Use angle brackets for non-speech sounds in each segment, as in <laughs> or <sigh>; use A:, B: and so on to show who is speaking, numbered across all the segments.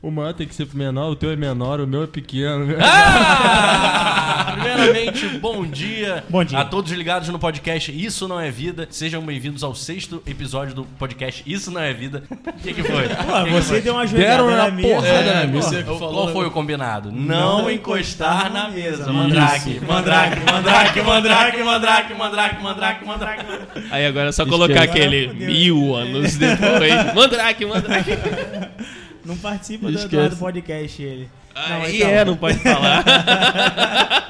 A: O maior tem que ser menor, o teu é menor, o meu é pequeno.
B: Ah! <laughs> Primeiramente, bom dia,
C: Bom dia.
B: a todos ligados no podcast Isso Não É Vida. Sejam bem-vindos ao sexto episódio do podcast Isso Não É Vida. O que, que foi?
C: Pô, você deu uma
A: Deram
C: joelhada na
A: uma
C: mesa.
A: porrada
C: É,
A: na
C: pô,
A: mesa.
B: Qual-
D: que falou,
B: Qual
D: né?
B: foi o combinado? Não, encostar na mesa. Mandrake,
A: Isso.
B: mandrake, mandrake, mandrake, mandrake, mandrake, mandrake, mandrake.
D: Aí agora é só colocar
C: Esquerda.
D: aquele
C: Agora Ah, fodeu.
D: mil anos
C: <laughs>
D: depois. Mandrake, mandrake.
C: Não participa do
D: É. Esquece.
C: Eduardo Podcast ele. Não,
D: Aí
C: então,
D: é, não pode falar.
C: <laughs>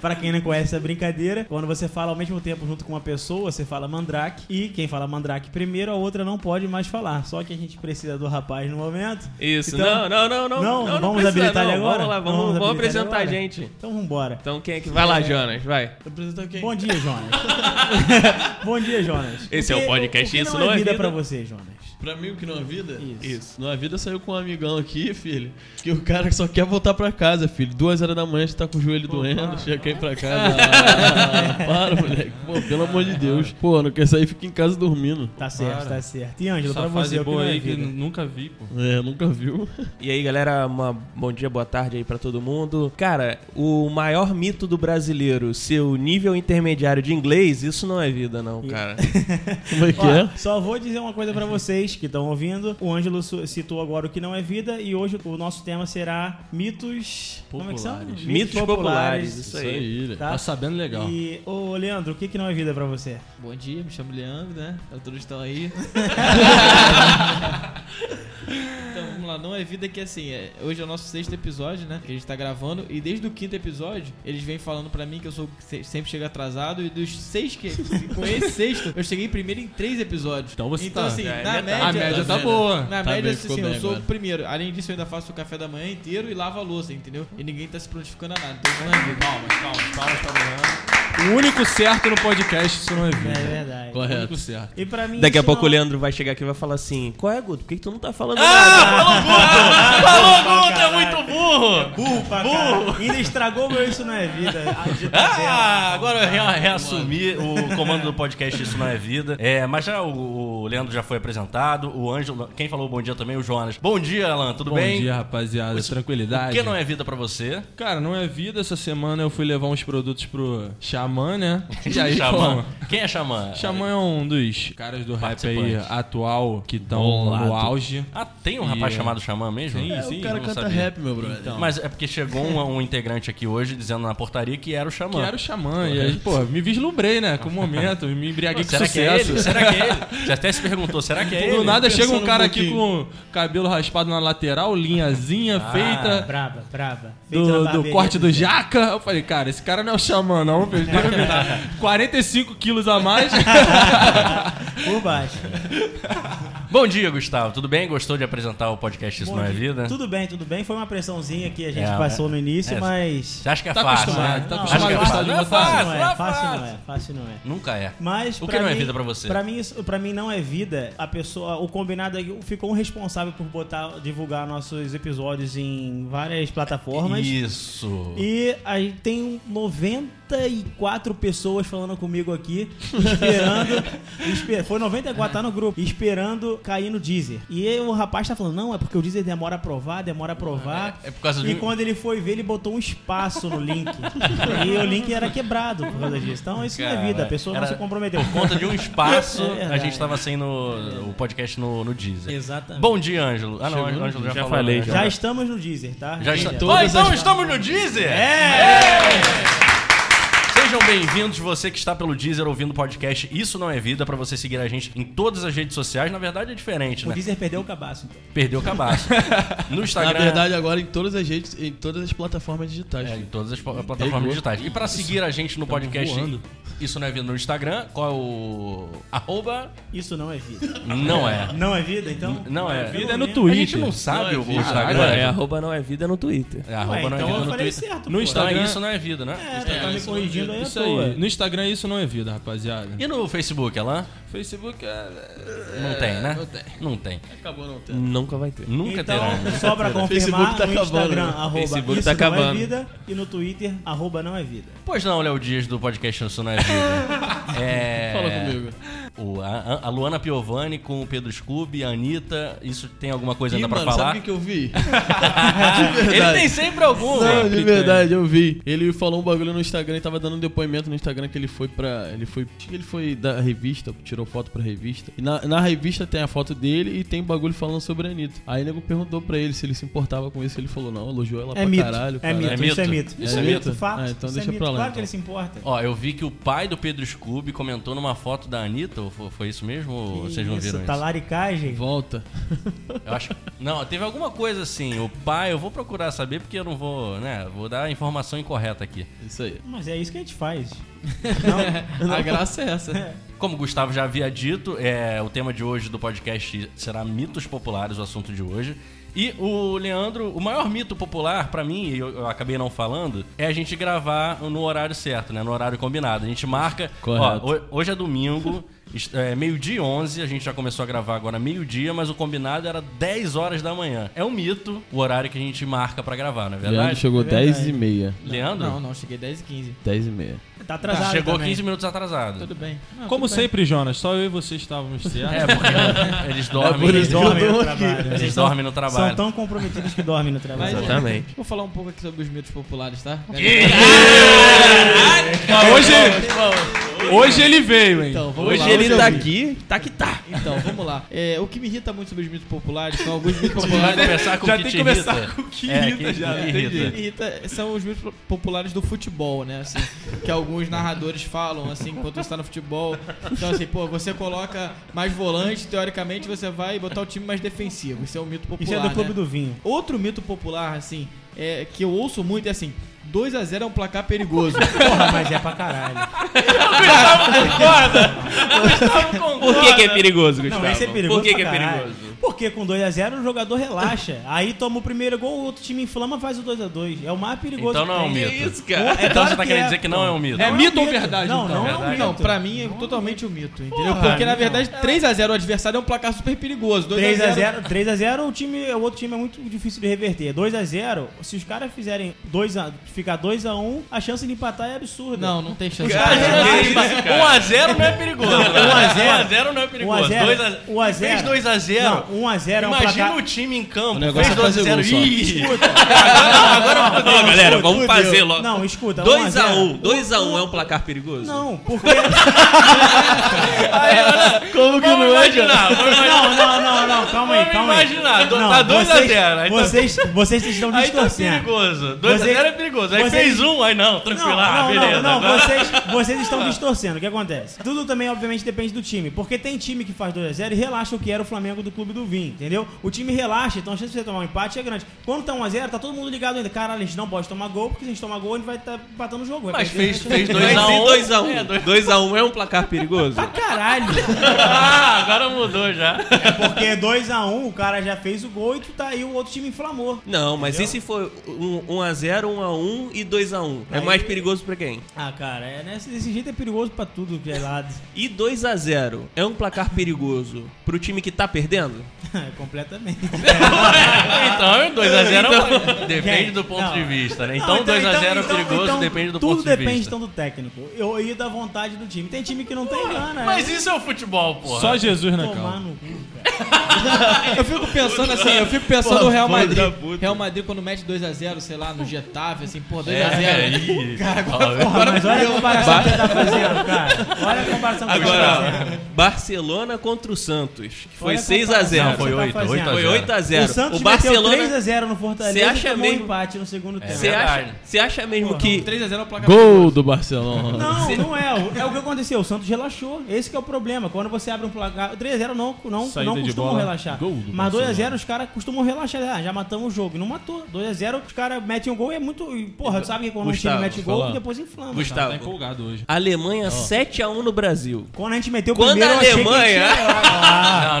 C: Pra quem não conhece essa brincadeira, quando você fala ao mesmo tempo junto com uma pessoa, você fala mandrake. E quem fala mandrake primeiro, a outra não pode mais falar. Só que a gente precisa do rapaz no momento.
D: Isso,
C: Então-
D: não, não, não, não.
C: Não, vamos habilitar ele agora?
D: Vamos lá, vamos,
C: Vamos
D: vamos,
C: habilitar ele
D: apresentar a
C: agora?
D: gente.
C: Então vambora.
D: Então quem é que vai lá, Jonas? Vai.
C: Bom
D: <laughs>
C: dia, Jonas. Bom dia, Jonas.
D: Esse é o podcast,
C: que
D: isso não é vida.
C: pra você, Jonas.
D: Pra mim, o que não é vida?
C: Isso.
D: Não é vida saiu com um amigão aqui, filho.
E: Que o cara só quer voltar pra casa, filho. Duas horas da manhã, você tá com o joelho doendo, já quer ir pra
F: <laughs>
E: casa. Ah, para, moleque. Pô, pelo amor de Deus. Pô, não quer sair, fica em casa dormindo.
C: Tá certo,
A: Para.
C: tá certo. E Ângelo, pra
A: Essa
C: você,
A: fase
C: o que não
A: boa
C: é
A: aí que
C: vida?
A: nunca vi, pô.
E: É, nunca viu.
G: E aí, galera, uma bom dia, boa tarde aí pra todo mundo. Cara, o maior mito do brasileiro, seu nível intermediário de inglês, isso não é vida não,
C: <laughs>
G: cara.
E: Como é que
C: Ó,
E: é?
C: Só vou dizer uma coisa pra vocês que estão ouvindo. O Ângelo su- citou agora o que não é vida e hoje o nosso tema será mitos Como é que são?
E: Populares.
G: Mitos populares, isso
E: Isso
G: aí.
E: aí, né?
C: Tá?
A: Tá sabendo legal.
C: E, ô Leandro, o que, que não é vida pra você?
F: Bom dia, me chamo Leandro, né? Tá Todos
E: <laughs>
F: estão aí. então vamos lá, não é vida que assim, é, hoje é o nosso sexto episódio, né? Que a gente tá gravando, e desde o quinto episódio, eles vêm falando pra mim que eu sou se- sempre chego atrasado, e dos seis que. Com esse sexto, eu cheguei primeiro em três episódios.
A: Então você
F: então,
A: tá-
F: assim,
D: é
F: na
D: metade.
F: média.
A: A média tá boa.
F: Na
E: Tá
F: média,
E: bem,
F: assim,
E: ficou
F: eu
E: bem
F: sou o
E: agora.
F: primeiro. Além disso, eu ainda faço o café da manhã inteiro e lavo a louça, entendeu? E ninguém tá se prontificando a nada. Então, não é vida.
B: Palmas, palmas, palmas pra Leandro.
A: O único certo no podcast, isso não é
C: É
A: vida.
C: verdade.
A: O
E: Correto.
A: único certo.
C: E pra mim.
G: Daqui a
C: isso
G: pouco
C: não-
G: o Leandro vai chegar aqui e vai falar assim: "Qual é, Guto? Por que, que tu não tá
D: Ah!
G: falando
B: Falou, Guto, é
C: tá caralho.
B: muito burro.
C: Burro pra caralho. Ainda estragou meu isso não é vida. Ah, de tabela.
B: Ah, agora eu rea- reassumi o comando do podcast Isso Não É Vida. É, mas já o, o Leandro já foi apresentado, o Ângelo, quem falou bom dia também, é o Jonas. Bom dia, Alan, tudo
A: Bom
B: bem?
A: dia, rapaziada.
B: Isso-
A: Tranquilidade.
B: O que não é vida pra você?
A: Cara, não é vida. Essa semana eu fui levar uns produtos pro Xamã,
B: <laughs>
A: né?
B: Xamã.
A: pô,
B: Quem é Xamã?
A: Xamã é um dos caras do rap aí
B: Participante.
A: atual que estão
E: Bom
A: no
E: lado.
A: auge.
B: Ah, tem um rapaz
A: E-
B: chamado Xamã mesmo?
A: é. Sim,
E: É,
A: sim,
E: o cara
A: eu não
E: canta
A: sabia. Então.
E: rap, meu brother.
B: Mas é porque chegou um, um integrante aqui hoje dizendo na portaria que era o Xamã.
A: Que era o Xamã. E aí, pô, me vislumbrei, né? Com o momento, me embriaguei com
B: Será que é
A: sucesso.
B: ele? Será que é ele? Já até se perguntou, será que é ele?
A: <laughs> Do nada chega um
E: Pensando
A: cara
E: um
A: aqui com cabelo raspado na lateral, linhazinha feita
C: Braba, braba. Feito na
A: do, do
C: barbearia
A: corte do
C: Zé.
A: Jaca. Eu falei, cara, esse cara não é o Xamã, não. Ele deve <laughs> ter 45 quilos a mais. <laughs>
C: Por baixo.
B: Bom dia, Gustavo. Tudo bem? Gostou de apresentar o podcast Isso
C: Bom
B: Não É
C: dia.
B: Vida?
C: Tudo bem, tudo bem. Foi uma pressãozinha que a gente
B: É,
C: passou
B: é.
C: no início,
B: É.
C: mas.
B: Você acha que é
A: Tá
B: fácil,
A: acostumado,
B: né?
A: tá
C: Não,
B: Acho
A: acostumado
B: que
A: a
B: é
A: gostar
B: fácil.
A: de
B: Não é
A: botar.
B: fácil,
C: Não é, fácil não é, fácil não é.
B: Nunca é.
C: Mas
B: O que
C: pra
B: não é
C: mim-
B: vida pra você?
C: Pra mim, isso- pra mim não é vida. A pessoa, o combinado é que ficou um responsável por botar, divulgar nossos episódios em várias plataformas.
B: Isso.
C: E aí tem 94 pessoas falando comigo aqui, esperando.
B: <laughs>
C: esper- foi 94, tá no grupo. Esperando cair no Deezer. E aí o rapaz tá falando, não, é porque o Deezer demora a aprovar, demora a aprovar.
B: É por causa de...
C: E quando ele foi ver, ele botou um espaço no link. e o link era quebrado por causa disso. Então isso não é
B: Cara,
C: vida, a pessoa não
B: era-
C: se comprometeu.
B: Por conta de um espaço,
C: É verdade.
B: a gente tava sem no, o podcast no, no Deezer.
C: Exatamente.
B: Bom dia, Ângelo. Ah, não, Ângelo já,
G: Já
B: falou,
G: falei,
B: né?
G: já.
C: já estamos no Deezer, tá?
B: Já
C: Gente,
B: está.
C: ó,
B: Ah, então estamos no Deezer? É! Sejam bem-vindos, você que está pelo Deezer ouvindo o podcast Isso Não É Vida, para você seguir a gente em todas as redes sociais. Na verdade é diferente,
C: O
B: né?
C: Deezer perdeu o cabaço. então.
B: Perdeu o cabaço. No
E: Na
B: Instagram.
E: verdade, agora em todas as redes, em todas as plataformas digitais.
B: É, em
E: filho.
B: todas as pla- plataformas
E: Pegou.
B: digitais. E para seguir a gente no podcast
A: voando.
B: Isso Não É Vida no Instagram, qual é o. Arroba?
C: Isso não é vida.
B: Não é.
C: Não é vida, então?
B: Não é.
C: Pelo
A: Vida é no
C: menos-
A: Twitter.
B: A gente não sabe o
G: nada?
B: Instagram.
G: Mano, é arroba não é vida no Twitter.
B: É,
C: Ué,
B: arroba não é
C: então
B: vida
C: eu
B: no
C: falei
B: Twitter.
C: certo,
A: No
C: pô.
A: Instagram.
B: Então é isso não é vida, né?
C: É, tá me
E: isso
C: corrigindo aí à
A: Isso
C: toa.
A: aí. No Instagram isso não é vida, rapaziada.
B: E no Facebook, Alain?
A: Facebook é...
B: Não tem, né? Não tem.
E: Acabou não
D: Tá.
E: tendo.
G: Nunca vai ter.
B: Nunca terá. né?
C: Então, só pra confirmar,
E: Facebook tá
C: no Instagram,
E: acabando, né?
C: arroba
G: Facebook
C: isso
G: tá
C: não é
G: acabando.
C: vida, e no Twitter, arroba não é vida.
B: Pois não, Léo Dias do podcast Isso Não É Vida. É...
E: Fala comigo.
B: o- a, a Luana Piovani com o Pedro Scooby, a Anitta, isso tem alguma coisa
D: Ih,
B: ainda pra
D: mano,
B: falar?
D: sabe o que que eu
B: <laughs>
E: <laughs>
D: vi?
B: Ele tem sempre algum,
E: Não,
B: mano.
E: de verdade, eu vi. Ele falou um bagulho no Instagram, ele tava dando um depoimento no Instagram que ele foi pra. Ele foi. acho que Ele foi da revista, tirou foto pra revista. E na, na revista tem a foto dele e tem um bagulho falando sobre a Anitta. Aí o nego perguntou pra ele se ele se importava com isso. Ele falou, não, elogiou ela
C: É
E: pra
C: mito.
E: caralho.
C: é
E: caralho.
C: mito, isso é
B: É
C: mito.
E: Isso é mito?
C: Fato.
E: Ah, então
C: isso
E: deixa
C: é mito.
E: pra lá,
C: Claro que
E: então.
C: ele se importa.
B: Ó, eu vi que o pai do Pedro Scooby comentou numa foto da Anitta, ou fo- foi isso mesmo? Ou vocês não
C: isso, tá
B: viram isso?
C: talaricagem.
E: Volta.
B: Eu acho. Não, teve alguma coisa assim. O pai, eu vou procurar saber porque eu não vou, né? Vou dar a informação incorreta aqui.
E: Isso aí.
C: Mas é isso que a
B: <laughs>
C: gente faz. tá
F: A graça é essa.
B: Como o Gustavo já havia dito, é, o tema de hoje do podcast será mitos populares, o assunto de hoje. E o Leandro, o maior mito popular pra mim, e eu, eu acabei não falando, é a gente gravar no horário certo, né? No horário combinado. A gente marca.
E: Correto.
B: Ó, ho- hoje é domingo, <laughs> est- é, meio-dia e 11, a gente já começou a gravar agora meio-dia, mas o combinado era 10 horas da manhã. É um mito o horário que a gente marca pra gravar, não é
E: Leandro
B: verdade?
E: chegou
C: verdade.
E: 10 e meia.
B: Leandro?
F: Não, não, cheguei 10 e 15.
E: 10 e meia.
C: Tá atrasado.
B: Chegou
C: também.
B: 15 minutos atrasado.
F: Tudo bem. Não,
A: Como
F: tudo bem.
A: sempre, Jonas, só eu e você estávamos certos.
B: É, porque eles
E: <laughs> É
B: dormem.
C: Eles dormem no trabalho.
B: Eles
C: são-
B: dormem no trabalho.
C: São tão comprometidos que dormem no trabalho.
F: Mas-
G: Exatamente.
F: Vou falar um pouco aqui sobre os mitos populares, tá?
A: Mas hoje, hoje ele veio, hein?
F: Então, vamos
G: Hoje
F: lá.
G: ele tá aqui, tá que tá.
F: Então, vamos lá. É, o que me irrita muito sobre os mitos populares são alguns mitos
B: Vai
F: populares.
B: começar com o
A: já
B: que
A: tem
B: te
A: que começar
B: irrita.
A: com o que
B: É,
A: irrita
B: que-
A: já.
B: que
A: não tem
B: irrita.
A: jeito.
F: que irrita são os mitos populares do futebol, né? Assim, que alguns narradores falam, assim, enquanto você está no futebol. Então, assim, pô, você coloca mais volante, teoricamente você vai botar o time mais defensivo. Isso é um mito popular.
C: Isso é do Clube
F: né?
B: <laughs>
C: do Vinho.
F: Outro mito popular, assim, é, que eu ouço muito é assim: 2x0 é um placar perigoso.
C: Porra, mas é pra caralho.
G: Por que, que é perigoso, Gustavo?
C: Não, esse é perigoso.
G: Por que, que é
C: pra caralho.
G: perigoso?
C: Porque com 2x0 o jogador relaxa. Aí toma o primeiro gol, o outro time inflama faz o 2x2. É o mais perigoso
B: Então
C: que
B: não é um
C: tem.
B: mito.
C: Pô, é
B: Então
C: claro
B: você tá
C: que
B: querendo
C: é,
B: dizer que
C: pô.
B: não é um mito.
A: É mito ou verdade,
C: Não,
A: então?
C: não é um
B: Verdade.
C: mito.
F: Não, pra mim é totalmente um mito, entendeu? Porque na verdade 3x0 o adversário é um placar super perigoso. 2x0.
C: 3x0, 3x0 o, time, o outro time é muito difícil de reverter. 2x0, se os caras fizerem 2 a, ficar 2x1, a, chance de empatar é absurda.
F: Não, não tem chance.
C: caras
F: Cara,
C: já-
B: 1x0 não é perigoso. né?
C: 1x0.
B: 1x0 não é perigoso.
C: 1x0.
B: 2x0. Fez 2x0.
C: Não, 1x0 é um
B: Imagina
C: placar...
B: o time em campo.
E: O negócio
B: Fez
E: é fazer
B: 2x0.
E: gol só.
B: Ih,
G: Não, galera, vamos
C: Fudeu.
G: fazer logo.
C: Não, escuta.
G: 2x1.
C: 1x0.
G: 2x1 é um placar perigoso?
B: <laughs>
C: Não, porque...
E: Como que
B: vamos
E: não é, cara?
B: imaginar. vamos imaginar.
C: Não, não, não, não, calma aí,
B: Vamos
C: calma aí.
B: imaginar, do-
C: Não,
B: tá 2 a
C: vocês-
B: 0, aí tá-
C: Vocês, vocês estão
B: Aí tá
C: distorcendo.
B: perigoso. 2x0 é perigoso. Aí
C: Você-
B: fez um, aí não, tranquilo.
C: Não,
B: ah,
C: não,
B: beleza.
C: não, não,
B: agora-
C: vocês, vocês
B: <laughs>
C: estão distorcendo. O que acontece? Tudo também, obviamente, depende do time. Porque tem time que faz 2x0 e relaxa o que era o Flamengo do Clube do Vinho, entendeu? O time relaxa, então a chance de você tomar um empate é grande. Quando tá 1x0, tá todo mundo ligado ainda. Caralho, a gente não pode tomar gol, porque se a gente tomar gol, a gente vai estar tá empatando o jogo. vai
B: Mas
C: perder, né?
B: fez
C: vai perder.
B: 2x1.
G: 2x1. 2x1 é um placar perigoso?
C: Pra caralho!
B: Ah, agora mudou já.
C: É porque 2x1, o cara já fez o gol e tu tá aí, o outro time inflamou.
G: Não, mas um, e se for 1x0, 1x1 e 2x1? É
C: Aí-
G: mais perigoso pra quem?
C: Ah, cara, é, nesse- desse jeito é perigoso pra tudo que é lado. <laughs>
G: E 2x0 é um placar perigoso pro time que tá perdendo?
C: Completamente.
B: Então, 2x0 <laughs> depende
C: Gente,
B: do ponto
C: não.
B: de vista, né?
C: Não,
B: Então 2x0 é perigoso,
C: então
B: depende do
C: tudo
B: ponto de
C: depende,
B: vista.
C: então, do técnico. Eu e da vontade do time. Tem time que não tem grana.
B: Mas
C: é.
B: isso é o futebol, porra.
A: Só Jesus na
C: Tomar
A: calma.
C: no cu, cara.
F: Eu fico pensando assim, eu fico pensando no Real Madrid. Real Madrid quando mete 2x0, sei lá, no Getafe, assim, porra, 2x0.
B: É, ih, ó,
C: Porra, mas olha a comparação que você tá fazendo, cara. Olha a comparação que você tá fazendo.
G: Agora, ó, Barcelona contra o Santos. que Foi
C: Olha a
G: 6x0.
B: Não, foi 8,
C: Você tá fazendo.
B: 8
G: Foi
C: O
G: 8x0.
C: Santos meteu 3
G: Barcelona.
C: a 0 no Fortaleza
G: Cê acha
C: e tomou
G: mesmo-
C: um empate no segundo
B: É.
C: tempo.
G: Você acha,
B: verdade.
G: você acha mesmo
C: Porra,
G: que.
F: 3x0 é o placar
E: Gol
B: <laughs>
E: do Barcelona.
C: Não, não é. O- É o que aconteceu. O Santos relaxou. Esse que é o problema. Quando você abre um placar. 3x0 não, não,
A: Saída
C: não
A: de
C: costumam
A: bola.
C: relaxar.
A: Gol do
C: Mas
A: Barcelona.
C: 2x0 os caras costumam relaxar. Ah, já matamos o jogo. E Não matou. 2x0 os caras metem um gol e é muito. e, Porra, tu sabe que quando o
E: Gustavo,
C: time mete gol
E: fala.
C: e depois inflama.
A: Tá
G: Gustavo,
A: empolgado hoje.
G: Alemanha 7x1 no Brasil.
C: Quando a gente meteu o
G: Quando
C: primeiro,
G: a
C: eu achei que
G: Alemanha-
C: a gente ia- Ah,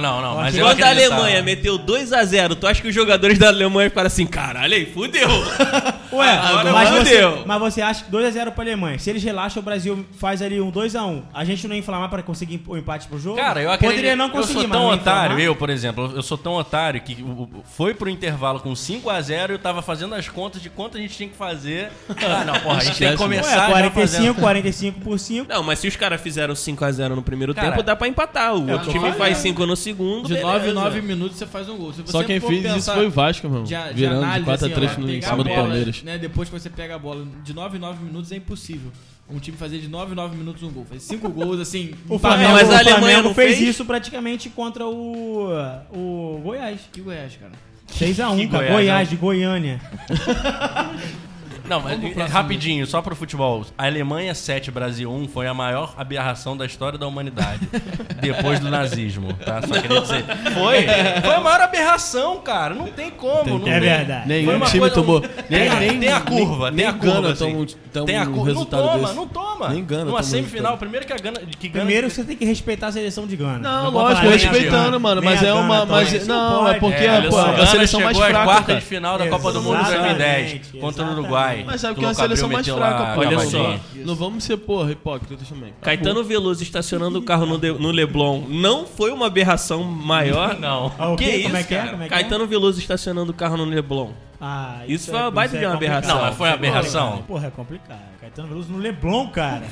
B: Não, não, não. Mas eu
G: Quando da
B: acreditar.
G: Alemanha meteu 2x0, tu acha que os jogadores da Alemanha ficaram assim, caralho, aí fudeu.
C: <laughs> Ué,
G: Agora
C: mas,
G: fudeu.
C: você, mas você acha que 2x0 pra Alemanha. Se eles relaxam, o Brasil faz ali um 2x1. A, gente não ia inflamar pra conseguir o empate pro jogo?
B: Cara, eu acredito.
C: Poderia não conseguir,
B: Eu sou
C: mas
B: tão
C: não ia
B: otário,
C: inflamar.
B: eu, por exemplo, eu sou tão otário que o- o- foi pro intervalo com 5x0 e eu tava fazendo as contas de quanto a gente tinha que fazer. <laughs> Ah, não, porra, a gente tem que um- começar
C: Ué,
B: já
C: 45,
B: fazendo.
C: 45 por 5.
G: Não, mas se os caras fizeram 5x0 no primeiro
B: Cara,
G: tempo, dá pra empatar. O outro time faz 5 no segundo,
F: De
G: beleza.
F: 9 em 9 minutos você faz um gol. Se você
E: Só quem
F: for
E: fez isso
F: pensar
E: foi o Vasco, mano.
F: de- de
E: virando de
F: análise,
E: 4x3
F: assim, ó,
E: no- em
F: pegar
E: cima do
F: a bola,
E: Palmeiras.
F: Né, depois que você pega a bola, de 9 em 9 minutos é impossível. Um time fazer de 9 em 9 minutos um gol. Fazer 5 gols, <laughs> assim.
C: O
G: Flamengo-
C: Flamengo,
G: mas a
C: o
G: Alemanha
C: Flamengo
G: não
C: fez,
G: fez?
C: isso praticamente contra o, o Goiás.
F: Que Goiás, cara.
C: 6x1, cara.
B: Goiás, né?
C: Goiás, de Goiânia.
B: Não, mas é, rapidinho, só pro futebol. A Alemanha 7, Brasil 1 foi a maior aberração da história da
E: <laughs>
B: humanidade. depois do nazismo, tá? Só queria dizer. Foi? Foi a maior aberração, cara. Não tem como. não
C: É
B: tem.
C: verdade.
E: Nenhum
B: uma
E: time
B: coisa-
E: tomou.
B: Tem,
E: nem,
B: tem a curva,
E: nem
B: tem a
E: Gana
B: curva.
E: toma um-
B: assim.
E: toma
B: tem a
E: um
B: curva. Não
E: resultado
B: toma,
E: desse.
B: não toma.
E: Nem Gana
B: Numa
E: toma um
B: semifinal, primeiro que a Gana. Que Gana
C: Primeiro você tem que respeitar a seleção de Gana.
E: Não,
C: vou
E: lógico,
C: falar nem a
E: respeitando,
C: Gana,
E: mano.
C: nem
E: Mas
C: a
E: é
C: Gana,
E: uma.
C: então,
E: Mas,
C: isso
E: não, é
C: pode.
E: porque
B: É, olha
E: pô,
B: só,
E: é
B: Gana
E: a seleção mais
B: chegou às
E: fraca.
B: quartas
E: cara.
B: de final da Copa do Mundo de
C: Exatamente,
B: 2010 contra o Uruguai.
E: Mas sabe
B: Que
E: que é uma
B: o Lucas
E: seleção
B: Abreu
E: mais
B: meteu lá
E: fraca,
B: a
E: pô. Olha só.
B: cavadinha.
E: Não vamos ser, porra, hipócritas também.
G: Caetano Veloso estacionando o carro no, De- no Leblon não foi uma aberração
B: <laughs>
G: maior?
B: Não.
C: Ah, o
G: Que
C: quê?
G: isso,
C: Como é que é?
G: cara?
C: Como é que é?
G: Caetano Veloso estacionando o carro no Leblon.
C: Ah,
G: Isso foi uma
C: é-
G: baita
C: é
G: de uma
C: complicado.
G: aberração.
B: Não, mas foi uma
C: Porra,
B: aberração.
C: cara, Porra, é complicado. Caetano Veloso no Leblon, cara.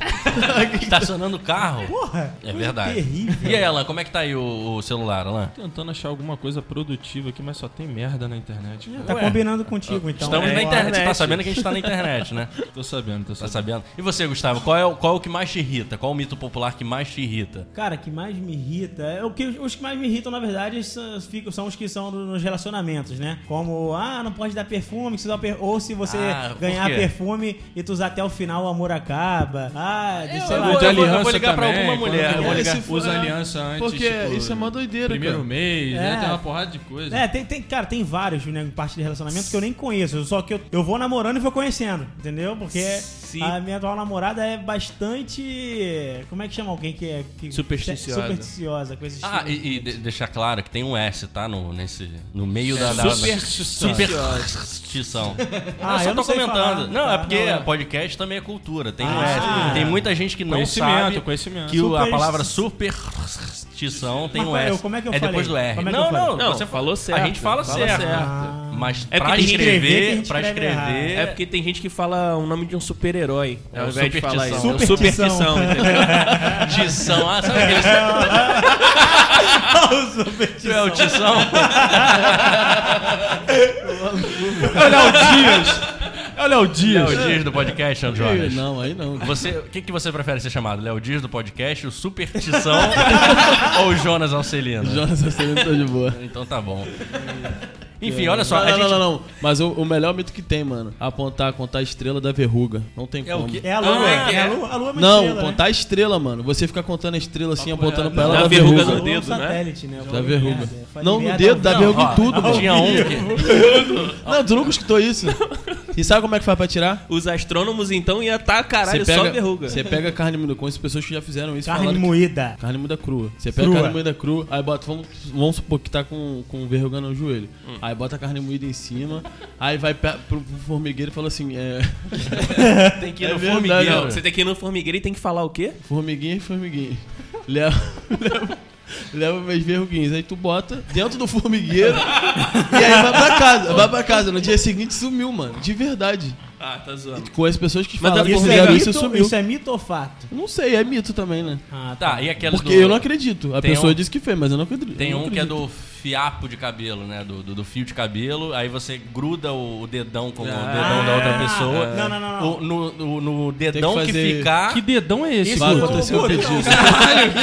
B: Estacionando o carro.
C: Porra.
B: É
C: coisa
B: verdade.
C: Terrível.
B: E aí, Alan, como é que tá aí o, o celular, Alan?
A: Tentando achar alguma coisa produtiva aqui, mas só tem merda na internet. cara.
C: Tá combinando contigo, então.
B: Estamos
C: É,
B: na
C: bora.
B: internet. Você tá sabendo que a gente tá na internet, né?
A: Tô sabendo, tô
B: Tá
A: sabendo.
B: sabendo? E você, Gustavo, qual é, o, qual é o que mais te irrita? Qual o mito popular que mais te irrita?
C: Cara, que mais me irrita. É, o que, os que mais me irritam, na verdade, é são, ficam- são os que são no- nos relacionamentos, né? Como, ah, não pode dar perfume, que se dá per- ou se você
B: Ah, por
C: ganhar
B: quê?
C: perfume e tu usar até o final, o amor acaba. Ah, de, sei
B: eu
C: lá.
B: vou-
A: De
B: eu vou
A: aliança
B: ligar pra
A: também,
B: alguma
A: quando
B: mulher.
A: eu vou
E: É,
A: ligar-
E: se for-
A: usa
E: é,
A: aliança antes.
E: porque
A: tipo,
E: isso é mó doideira,
A: Primeiro
E: cara.
A: mês,
C: É.
A: né? Tem uma porrada de coisa.
C: É, tem, tem- cara, tem vários, né, parte de relacionamento que eu nem conheço. Só que eu, eu vou namorando e vou conhecendo, entendeu? Porque
G: Se-
C: a minha atual namorada é bastante. Como é que chama alguém que é. Que,
G: Supersticiosa.
C: Supersticiosa, coisa tipo.
B: Ah,
C: estranha.
B: e, e de- deixar claro que tem um S, tá? No, nesse, no
C: É
B: meio da... da- da-
A: Superstição.
B: Superstição.
C: Ah,
B: eu só
C: eu
B: tô
C: não sei
B: comentando.
C: falar.
B: não, é
C: Tá,
B: porque
C: não, é.
B: podcast também é cultura. Tem,
C: Ah.
B: um S. tem muita gente que não
A: Conhecimento,
B: sabe
A: conhecimento.
B: que o- a
C: Supersti-
B: palavra superstição tem
C: Mas
B: um
C: qual é?
B: S.
C: Como é que eu
B: é depois
C: falei?
B: do R.
C: Como é que
B: não,
C: eu falei?
B: não,
G: Não,
B: você
G: falou certo.
B: A gente fala,
G: Fala
B: certo.
G: certo.
C: Ah,
B: Mas
G: É
B: pra
G: porque tem que
B: escrever,
C: escrever que a gente
B: pra
C: escreve
B: escrever...
G: É porque tem gente que fala o nome de um super-herói.
B: É
G: ao
B: o
G: invés de falar isso.
B: superstição.
G: É o superstição,
C: Superstição.
G: entendeu?
B: Tição. Ah, sabe aquele... <laughs> Tu é o Tição?
E: Olha o Dias! Olha o
B: Léo
E: Dias!
B: Dias do podcast, André Jonas.
E: Não, aí não.
B: Você, o que, que você prefere ser chamado? Léo Dias do podcast, o
E: <laughs>
B: Superstição ou Jonas Alcelino?
E: Jonas Asselino tá de boa.
B: Então tá
E: <laughs>
B: bom. Enfim, olha só,
E: não,
B: a
E: não,
B: gente...
E: não, não, não. Mas o, o melhor mito que tem, mano, apontar, contar a estrela da verruga. Não tem
B: É o
E: como.
B: quê?
C: É a lua,
B: Ah,
C: é,
B: é.
C: a lua, a lua é uma
E: Não,
C: estrela, né?
E: contar a estrela, mano. Você fica contando a estrela assim, apontando pra ela
G: Da
E: da
G: verruga
E: verruga.
G: no
C: A
G: dedo,
C: lua é um
G: né?
C: satélite, né?
E: Da verruga.
C: Faz
E: Não, no
C: merda,
E: dedo, da
C: não.
E: verruga
B: ó,
E: em tudo, mano.
B: Tinha
E: <laughs>
B: um que...
E: Não, tu nunca escutou isso? E sabe como é que faz pra tirar?
G: Os astrônomos, então, iam estar, caralho,
E: Você
G: só
E: pega,
G: verruga.
E: você pega carne moída. Conheço pessoas que já fizeram isso.
C: Carne
E: falaram que-
C: moída.
E: Carne moída crua. Você pega
C: Crua.
E: carne moída crua, aí bota, vamos, vamos supor que tá com, com verruga no joelho.
C: Hum.
E: Aí bota a carne moída em cima, aí vai pe- pro, pro formigueiro e fala assim: é,
B: Tem que ir
E: É
B: no
E: verdade,
B: formigueiro.
E: ó.
G: Você tem que ir no formigueiro e tem que falar o quê?
E: formiguinha e formiguinha. Leva, leva, leva meus verruguinhos. Aí tu bota dentro do formigueiro e aí vai pra casa. Vai pra casa. No dia seguinte sumiu, mano. De verdade.
G: Ah, tá zoando.
E: Com as pessoas que
G: Mas
E: falaram que
G: tá
C: Isso
G: formigueiro,
C: é,
E: fizeram isso,
C: mito,
E: sumiu.
C: isso é mito ou fato?
E: Não sei, é mito também, né?
C: Ah,
B: Tá, e aquele
E: Porque
B: do...
E: eu não acredito. A
B: Tem
E: pessoa
B: um-
E: disse que fez, mas eu não acredito.
B: Tem
E: eu não
B: um que é
E: acredito.
B: do fiapo de cabelo, né? Do, do, do fio de cabelo. Aí você gruda o, o dedão com o
G: Ah.
B: dedão da outra pessoa.
C: Ah. Não, não, não, não.
B: O- no, no- no dedão que,
E: Tem que fazer-
B: ficar...
A: Que dedão é esse?
C: Isso
E: Vai
C: não-
E: acontecer o
C: não,
E: pedido.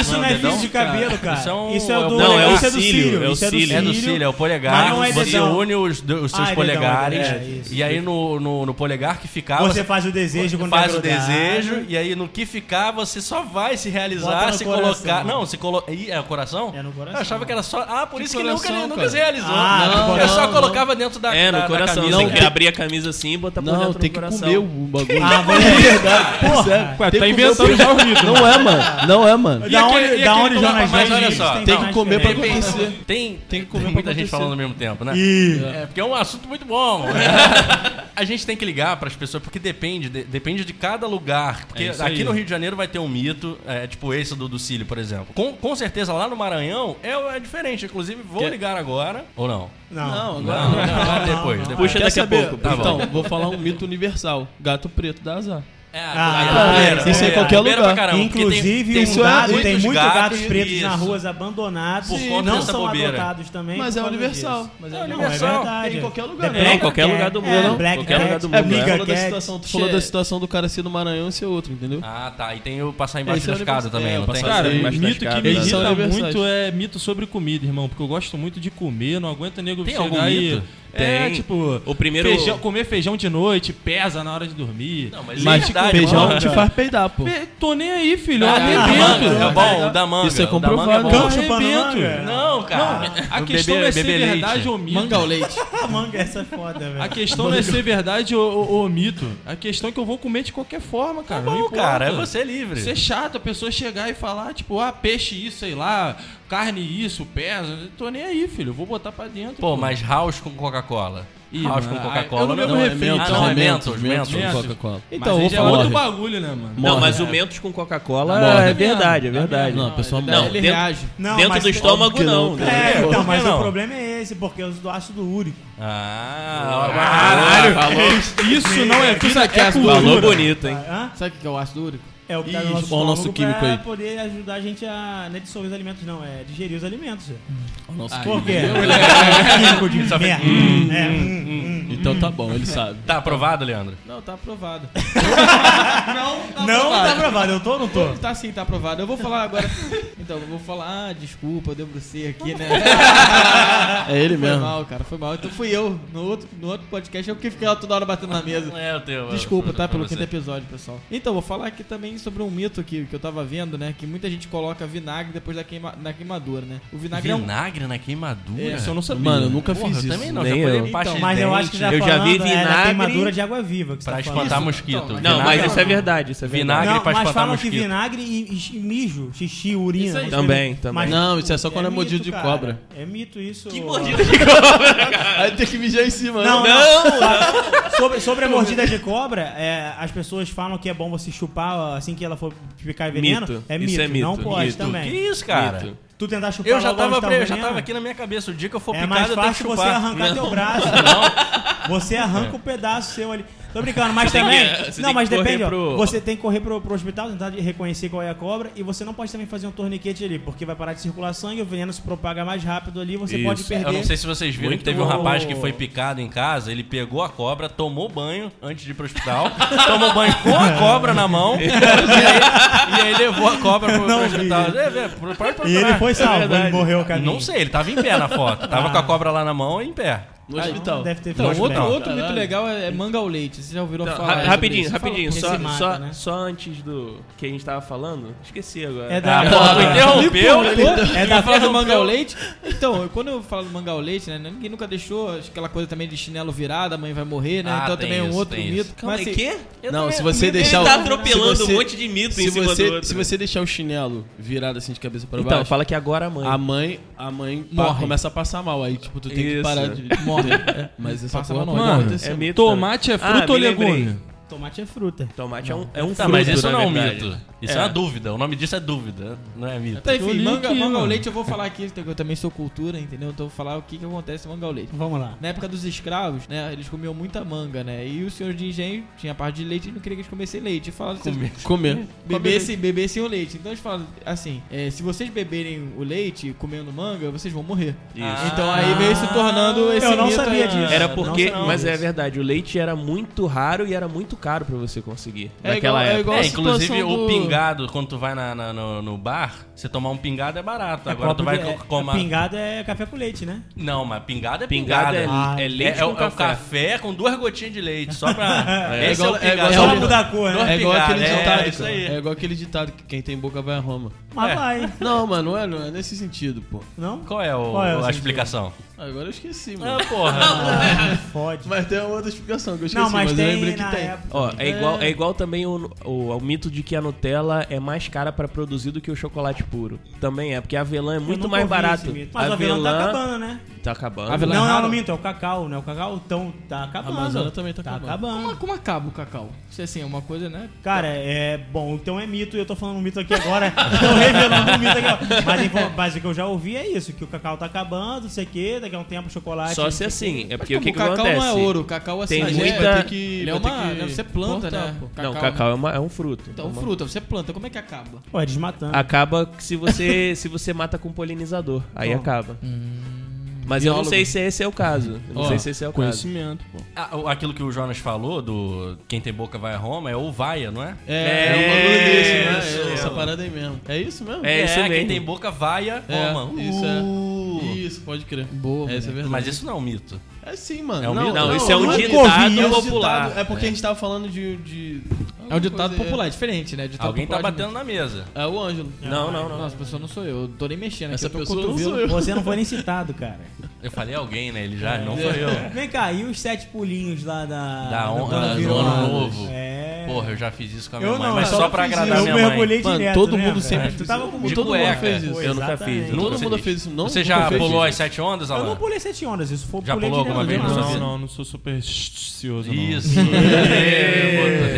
C: <laughs> Isso não é
B: dedão,
C: vício de cabelo, cara.
B: Isso
C: Isso
B: é
C: é,
B: um- é
C: o do
B: não, é
C: legal,
B: o
C: isso é do
G: cílio, é o
C: isso é do
G: cílio.
B: É do cílio, é o polegar.
C: Mas não é
B: você
C: dedão.
B: une os, do- os seus
C: Ah, é dedão,
B: polegares.
C: é dedão, é isso.
B: e aí no, no, no polegar que ficar,
C: Você
B: você,
C: faz o desejo quando
B: faz
C: é
B: o
C: grudado.
B: desejo. E aí no que ficar, você só vai se realizar,
C: Bota no
B: se
C: coração.
B: colocar. Não, se colocar. Ih, é o coração?
C: É no coração.
B: Eu achava que era só. Ah, por isso que ele nunca,
E: coração,
B: nunca
E: cara.
B: se realizou.
C: Ah,
B: Não,
E: não,
B: eu só
E: não.
B: colocava dentro
E: Tá,
B: da,
G: É,
B: da-
G: no
B: da
G: coração.
B: camisa.
G: tem
B: cara.
G: que abrir a camisa assim e botar por
E: Não,
G: dentro
E: tem
G: do
E: que
G: coração.
E: comer o bagulho.
B: <laughs>
C: Ah, mas é verdade. Porra.
A: Ué,
E: Tem
A: tá
E: que
A: inventando
E: comer o
A: já o mito.
E: Não é, mano. Não é, mano.
B: E
C: Da
B: aquele-
C: onde,
B: e
C: da
B: aquele
C: onde
B: que
C: Jonas
B: colocava- mas
C: Jones
B: olha só,
C: tem
E: Tem que
C: mais
E: comer pra
C: diferente.
E: acontecer.
B: Tem, tem,
E: comer pra
B: muita gente
E: acontecer.
B: falando ao mesmo tempo, né?
C: Ih.
B: É, porque é um assunto muito bom. a gente tem que ligar pras pessoas, porque depende, de- depende de cada lugar. Porque
A: isso
B: aqui
A: aí.
B: no Rio de Janeiro vai ter um mito, é, tipo esse do, do Cílio, por exemplo. Com, com certeza lá no Maranhão é, é diferente. Inclusive, vou ligar agora. Ou não? Não,
C: Não.
B: não, não, depois. depois.
G: Puxa
E: Quer
G: daqui
E: saber?
G: a pouco.
B: Tá bom.
E: então, vou falar um mito universal. Gato preto dá azar.
B: É,
C: Ah,
B: bobeira,
E: isso é em
B: bobeira,
E: qualquer
B: bobeira
E: lugar.
B: pra caramba, porque tem-
C: Inclusive,
B: tem
C: um
B: muitos
C: dado, tem muitos gatos, pretos
B: isso.
C: nas ruas abandonados,
B: Por
C: que
B: conta
C: não
B: dessa
C: são
B: bobeira.
C: adotados também.
E: Mas
C: por
E: é
C: causa
E: universal.
C: disso.
E: Mas
B: É
E: é
C: Não,
E: universal.
C: é
B: Universal,
C: verdade.
E: Tem em qualquer lugar,
C: The
E: né?
C: Black
G: Não, qualquer
C: Cat,
G: lugar do mundo,
C: é,
G: não.
C: Black
G: Qualquer
C: Cat,
G: lugar do
E: É
G: mundo.
E: porque
G: né?
E: tu falou da
C: Cat.
E: situação, tu falou da situação do cara ser do Maranhão e ser outro, entendeu?
B: Ah, tá. E tem o passar embaixo
E: Esse é
B: das
E: o
B: casas
E: universal.
B: também,
E: É,
B: não
E: o
B: tem?
E: passar- Cara,
A: Cara,
E: embaixo das
A: mito que
E: casas,
A: me
E: né? São
A: irrita
E: universais.
A: muito é mito sobre comida, irmão. Porque eu gosto muito de comer, não aguenta nego
B: Tem
A: chegar
B: algum
A: e...
B: mito?
A: É,
G: Tem.
A: tipo...
G: O primeiro...
A: feijão- comer feijão de noite pesa na hora de dormir.
B: Não,
A: mas...
B: mas-
E: Mas tipo,
B: Verdade,
E: feijão
A: mano.
E: te faz peidar, pô.
A: Pe- Tô nem aí, filho. Eu
B: Ah, o da manga, é
A: arrebento.
B: bom, o da manga.
E: Isso é
B: o da manga
E: comprovado.
B: bom.
A: Eu
C: Cão chupando manga?
A: arrebento.
B: Não, cara.
A: A
B: O
A: questão
B: bebê-
A: é ser
B: bebê leite.
A: verdade ou mito.
F: Manga ao leite.
C: A manga essa é foda, velho.
A: A questão não é ser verdade ou, ou- ou mito. A questão é que eu vou comer de qualquer forma, cara.
B: Não,
A: não importa.
B: cara, é você livre.
A: Ser chato a pessoa chegar e falar, tipo, ah, peixe isso, sei lá, carne isso, pesa. Eu Tô nem aí, filho. Eu vou botar pra dentro.
B: Pô, mas House com Coca-cola.
A: Ih,
B: House com
A: mano,
B: Coca-Cola.
A: eu não bebo
B: é
A: refri,
B: Mentos,
A: então.
B: Ah, não, é
A: É
B: Mentos, Mentos.
E: Mentos,
A: Mentos.
E: Coca-Cola.
A: Então, mas
E: Então, eu
A: aí
E: vou
A: já é outro
E: falar.
A: bagulho, né, mano?
G: Não,
E: Morre.
G: mas o Mentos com Coca-Cola
E: Morre.
G: é verdade, é verdade.
E: Não, a pessoa
G: Não,
E: morre.
F: Ele é
G: dentro-
F: reage.
C: Não,
G: Dentro
C: mas-
G: do estômago,
E: é óbvio que
G: não.
E: não,
G: né?
C: É, então,
B: Por
C: mas
B: que não?
C: o problema é esse, porque é do ácido úrico.
B: Ah, <laughs>
G: Caralho, falou,
A: Isso não é vida, que é
G: falou
A: cultura.
G: bonito, hein?
C: Hã?
F: Sabe o que é o ácido úrico?
C: É o que tá
E: Ih,
C: no nosso,
E: ó o nosso
C: estômago
E: químico
C: pra
E: aí.
C: poder ajudar a gente a não é dissolver os alimentos, não, é digerir os alimentos.
E: Nossa,
C: Por quê? químico de merda. É, hum, hum.
E: Então tá bom, ele sabe.
B: Tá aprovado, Leandro?
F: Não, tá <laughs> aprovado.
C: Não tá gravado, eu tô ou não tô?
F: Tá sim, tá aprovado. Eu vou falar
G: <laughs>
F: agora. Então, eu vou falar, ah, desculpa, eu debrucei
G: <laughs>
F: aqui, né?
E: É ele
F: Foi
E: mesmo.
F: mal, cara, foi mal. Então fui eu. No outro, no outro podcast eu que fiquei lá toda hora batendo na mesa.
B: É o teu.
F: Desculpa, tá? Pelo quinto
B: tempo.
F: episódio, pessoal. Então, vou falar aqui também sobre um mito que, que eu tava vendo, né? Que muita gente coloca vinagre depois da, queima, da queimadura, né? O vinagre é um.
B: Vinagre na queimadura?
F: É,
B: Isso eu não sabia.
E: Mano, eu nunca
B: Porra,
E: fiz
B: eu
E: isso.
B: também não.
G: Nem
B: já
G: eu.
B: eu. pasta de
C: Então, Mas eu
B: dente
C: acho que já
G: eu já
C: falando,
G: vi
C: é da
G: vinagre-
C: queimadura de água viva que você
B: Pra
C: tá
B: espantar
C: falando.
B: mosquito.
G: Não, mas isso é
B: verdade.
G: verdade, isso é verdade.
B: Vinagre
C: Não,
B: pra
C: mas
B: espantar
C: falam que
B: mosquito.
C: vinagre e, e- e mijo, xixi, urina. mas-
G: Também, também.
E: Não, isso é só quando é mordido de
C: cara.
E: cobra.
C: É mito isso. Que
G: mordida
C: de
E: Aí tem que mijar em cima,
C: Não,
E: né?
C: não. sobre, sobre a mordida de cobra, é, as pessoas falam que é bom você chupar assim que ela for picar veneno.
G: Mito.
C: É mito,
G: Isso é mito.
C: não pode
G: Mito.
B: Que
C: também.
B: isso, cara?
G: Mito.
C: Tu tentar chupar
B: Eu já
C: logo
B: tava,
C: onde tá o
B: pre... eu já
C: veneno,
B: tava aqui na minha cabeça. O dia que eu for
C: É mais
B: picado, eu tenho que
C: fácil você
B: chupar.
C: arrancar
B: <laughs>
C: teu braço. Você arranca o pedaço seu ali. Tô brincando, mas
G: Você tem
C: também.
G: que- você
C: não,
G: tem
C: mas
G: que correr
C: depende, ó.
G: pro-
C: Você tem que correr pro, pro hospital, tentar de- reconhecer qual é a cobra. E você não pode também fazer um torniquete ali, porque vai parar de circular sangue, o veneno se propaga mais rápido ali, você pode
G: Isso.
C: perder.
B: Eu não sei se vocês viram
G: Muito
B: que teve um
G: bom.
B: rapaz que foi picado em casa, ele pegou a cobra, tomou banho antes de ir pro hospital, <laughs> tomou banho com a cobra na mão
C: <laughs>
B: e aí, e aí levou a cobra pro, pro
C: Não vi.
B: hospital. É, é, pode procurar.
C: E ele foi salvo,
G: verdade.
C: ele morreu o caminho.
B: Não sei, ele tava em pé na <laughs> foto. Tava
C: Ah.
B: com a cobra lá na mão e em pé.
E: No hospital.
C: Deve ter
B: Então,
C: feito
B: outro-
C: bem.
F: Outro mito legal é, é manga ao leite. Vocês já ouviram
E: é
G: Não,
F: falar?
G: ra-
F: sobre
G: rapidinho,
F: isso?
G: rapidinho,
F: Fala
G: só,
F: um pouquinho.
G: só,
C: né?
G: só antes do que a gente tava falando, esqueci agora.
C: É
B: Ah,
C: da.
B: pô, tu interrompeu.
C: É
E: tá-
F: É
C: da
F: da falar do manga ao leite? Então, eu- quando eu falo do manga ao leite, né? Ninguém nunca deixou aquela coisa também de chinelo virado, a mãe vai morrer, né?
B: Ah,
F: então
B: tem
F: também é um
B: isso,
F: outro
B: tem
F: mito.
B: isso.
G: Calma aí,
F: assim,
G: quê?
E: Não, se você deixar
G: Ele
E: o.
G: tá atropelando
E: se você-
G: um monte de mito
E: se
G: em cima
E: você,
G: do outro.
E: se você deixar o chinelo virado assim de cabeça pra
G: Então,
E: baixo,
G: fala que agora a mãe.
E: a mãe, a mãe pa-
F: Morre.
E: começa a passar mal. Aí, tipo, tu tem que
G: Isso.
E: parar de <laughs> morrer. É, mas essa
F: Passa
E: porra
F: mal
E: não
A: não.
E: pode acontecer.
G: é mito.
A: Tomate é fruta
G: Ah,
A: ou
G: me lembrei.
A: legume?
C: Tomate é fruta.
G: Tomate é um, é um
B: Tá,
G: fruto,
B: mas isso
G: na
B: não é um
G: verdade.
B: mito. Isso é.
G: É.
B: uma dúvida. O nome disso é dúvida, não é mito.
F: Tá,
A: Eu
F: enfim,
A: li
F: manga,
A: aqui,
F: manga ao
A: mano.
F: leite eu vou falar aqui, que eu também sou cultura, entendeu? Então eu vou falar o que, que acontece com manga ao leite.
C: Vamos lá.
F: Na época dos escravos, né? Eles comiam muita manga, né? E o senhor de engenho tinha a parte de leite e não queria que eles comessem leite. E falava assim,
E: Comer.
F: bebessem, bebessem o leite. Então eles falam assim: é, se vocês beberem o leite comendo manga, vocês vão morrer.
G: Isso.
B: Ah.
F: Então aí veio se tornando esse
C: Eu não
F: mito
C: sabia
F: aí.
C: disso.
G: Era
C: Não,
G: porque,
C: não,
G: mas
C: isso.
G: é verdade, o leite era muito raro e era muito caro pra você conseguir
F: É
G: naquela
F: igual- é
G: época.
F: igual-
B: É,
F: a
B: inclusive
F: situação
B: o
F: do-
B: pingado, quando tu vai na- na- no, no bar, você tomar um pingado é barato.
C: É
B: Agora tu
C: próprio
B: vai
C: de-
B: co-
C: é-
B: comer.
C: Pingado é café com leite, né?
B: Não, mas pingado é
G: Pingado
B: pingado.
G: é-
C: Ah,
G: é,
B: É,
G: leite
B: é, o-
G: com
B: é o
G: café.
B: café com duas gotinhas de leite, só pra.
E: É
B: Esse
E: igual-
B: o pingado.
E: é
C: É
E: igual-
C: o muda a cor,
E: É
C: né?
E: igual
B: Pingado,
E: aquele
B: é,
E: ditado,
B: isso
E: cara.
B: aí.
E: É igual aquele ditado que quem tem boca vai a Roma.
C: Mas vai.
E: Não, mano, não é, não é nesse sentido, pô.
C: Não?
B: Qual é, o-
C: Qual é o
B: a
C: sentido?
B: explicação?
E: Agora eu esqueci, mano.
B: Ah, porra.
C: Fode.
E: Mas tem uma outra explicação que eu esqueci,
C: Não, mas,
E: mas, eu
C: tem
E: lembrei que
C: na
E: tem.
C: época.
G: Ó, é igual, é igual também o, o, o mito de que a Nutella é mais cara pra produzir do que o chocolate puro. Também é, porque a avelã é
C: Eu
G: muito
C: nunca
G: mais
C: ouvi esse
G: barato.
C: mito. Mas o avelã tá acabando, né?
G: Tá acabando.
D: Avelã
C: não, não,
D: rara?
C: não minto, é o cacau, né? O cacau tão, tá acabando.
E: A Amazônia também tá acabando.
C: acabando.
F: Como, como acaba o cacau? Isso assim, é uma coisa, né?
C: Cara, é bom, então é mito, eu tô falando um mito aqui agora, <laughs> tô revelando um mito aqui agora. Mas, info- mas o que eu já ouvi é isso, que o cacau tá acabando, não sei o quê, daqui a um tempo o chocolate...
G: Só se assim, é porque
F: Mas
G: o que,
F: como
G: que
F: cacau
G: acontece?
F: não é ouro, cacau assim,
G: Tem
F: mas
G: muita-
F: é,
E: Vai ter que-
F: ele é
E: vai ter
F: uma.
E: que
F: né, Você planta,
E: cortar,
F: né?
E: pô.
G: Não, cacau é, uma- é um fruto.
F: Então,
G: Uma-
F: fruta, você planta, como é que acaba?
C: Pô, é desmatando.
G: Acaba que se você, se você mata com polinizador. Aí acaba. Mas eu não sei se esse é o caso. Eu não
E: Ó,
G: sei se esse é o caso.
E: Conhecimento, pô.
B: Ah, o- Aquilo que o Jonas falou do quem tem boca vai a Roma é ou vaia, não é?
E: É um bagulho desse,
B: isso.
E: né? É Essa parada aí mesmo. É isso mesmo?
G: É isso
B: quem
G: mesmo.
B: tem boca vai a
E: É,
B: Roma.
E: isso é.
B: Uh.
E: Isso, pode crer.
F: Boa,
E: É, isso é verdade.
B: Mas isso não é um mito.
E: É sim, mano.
B: É um
E: não,
B: mito?
G: Não,
E: não,
G: isso é um
C: nunca ouvi
G: ditado
E: é um
G: popular.
E: ditado. É porque a gente tava falando de. de...
F: É um ditado
E: Coisa-
F: popular, é diferente, né? Ditado
B: Alguém tá
F: popular de-
B: batendo na mesa.
E: É o Ângelo.
G: Não, não, não.
F: Nossa, pessoa não sou eu, eu tô nem mexendo aqui,
E: Essa
F: eu tô com o
E: pessoa não né?
F: cotovelo.
E: sou eu.
C: Você não foi nem citado, cara.
B: Eu falei alguém, né? Ele já, não foi
C: <laughs>
B: eu.
C: Vem cá, e os sete pulinhos lá da...
B: Da on-
C: quando
B: da-
C: virou
B: do ano
C: lá?
B: novo.
C: É...
B: Porra, eu já fiz isso com a minha
C: Eu
B: mãe,
C: não,
B: mas
C: eu
B: só pra
C: fiz
B: agradar
C: isso.
B: minha
C: Eu mergulhei
B: mãe.
C: direto,
E: Mano, todo
C: né,
E: mundo
C: cara?
E: sempre
C: Tu
E: fez
C: tava
E: isso.
C: com
E: De
C: todo
B: cueca.
C: mundo fez isso.
G: Eu nunca fiz,
C: Exatamente.
G: eu nunca
E: Todo mundo fez isso, não?
B: Você já
E: Nunca fez
B: pulou
E: <laughs> isso.
B: as sete ondas,
C: Eu não
B: Alan?
C: pulei sete ondas, isso foi
B: Tá Já
C: pulei
B: pulou
C: direto
B: alguma vez
C: demais.
B: na sua
A: Não,
B: vida?
A: não, não sou supersticioso. não.
B: Isso. Ê,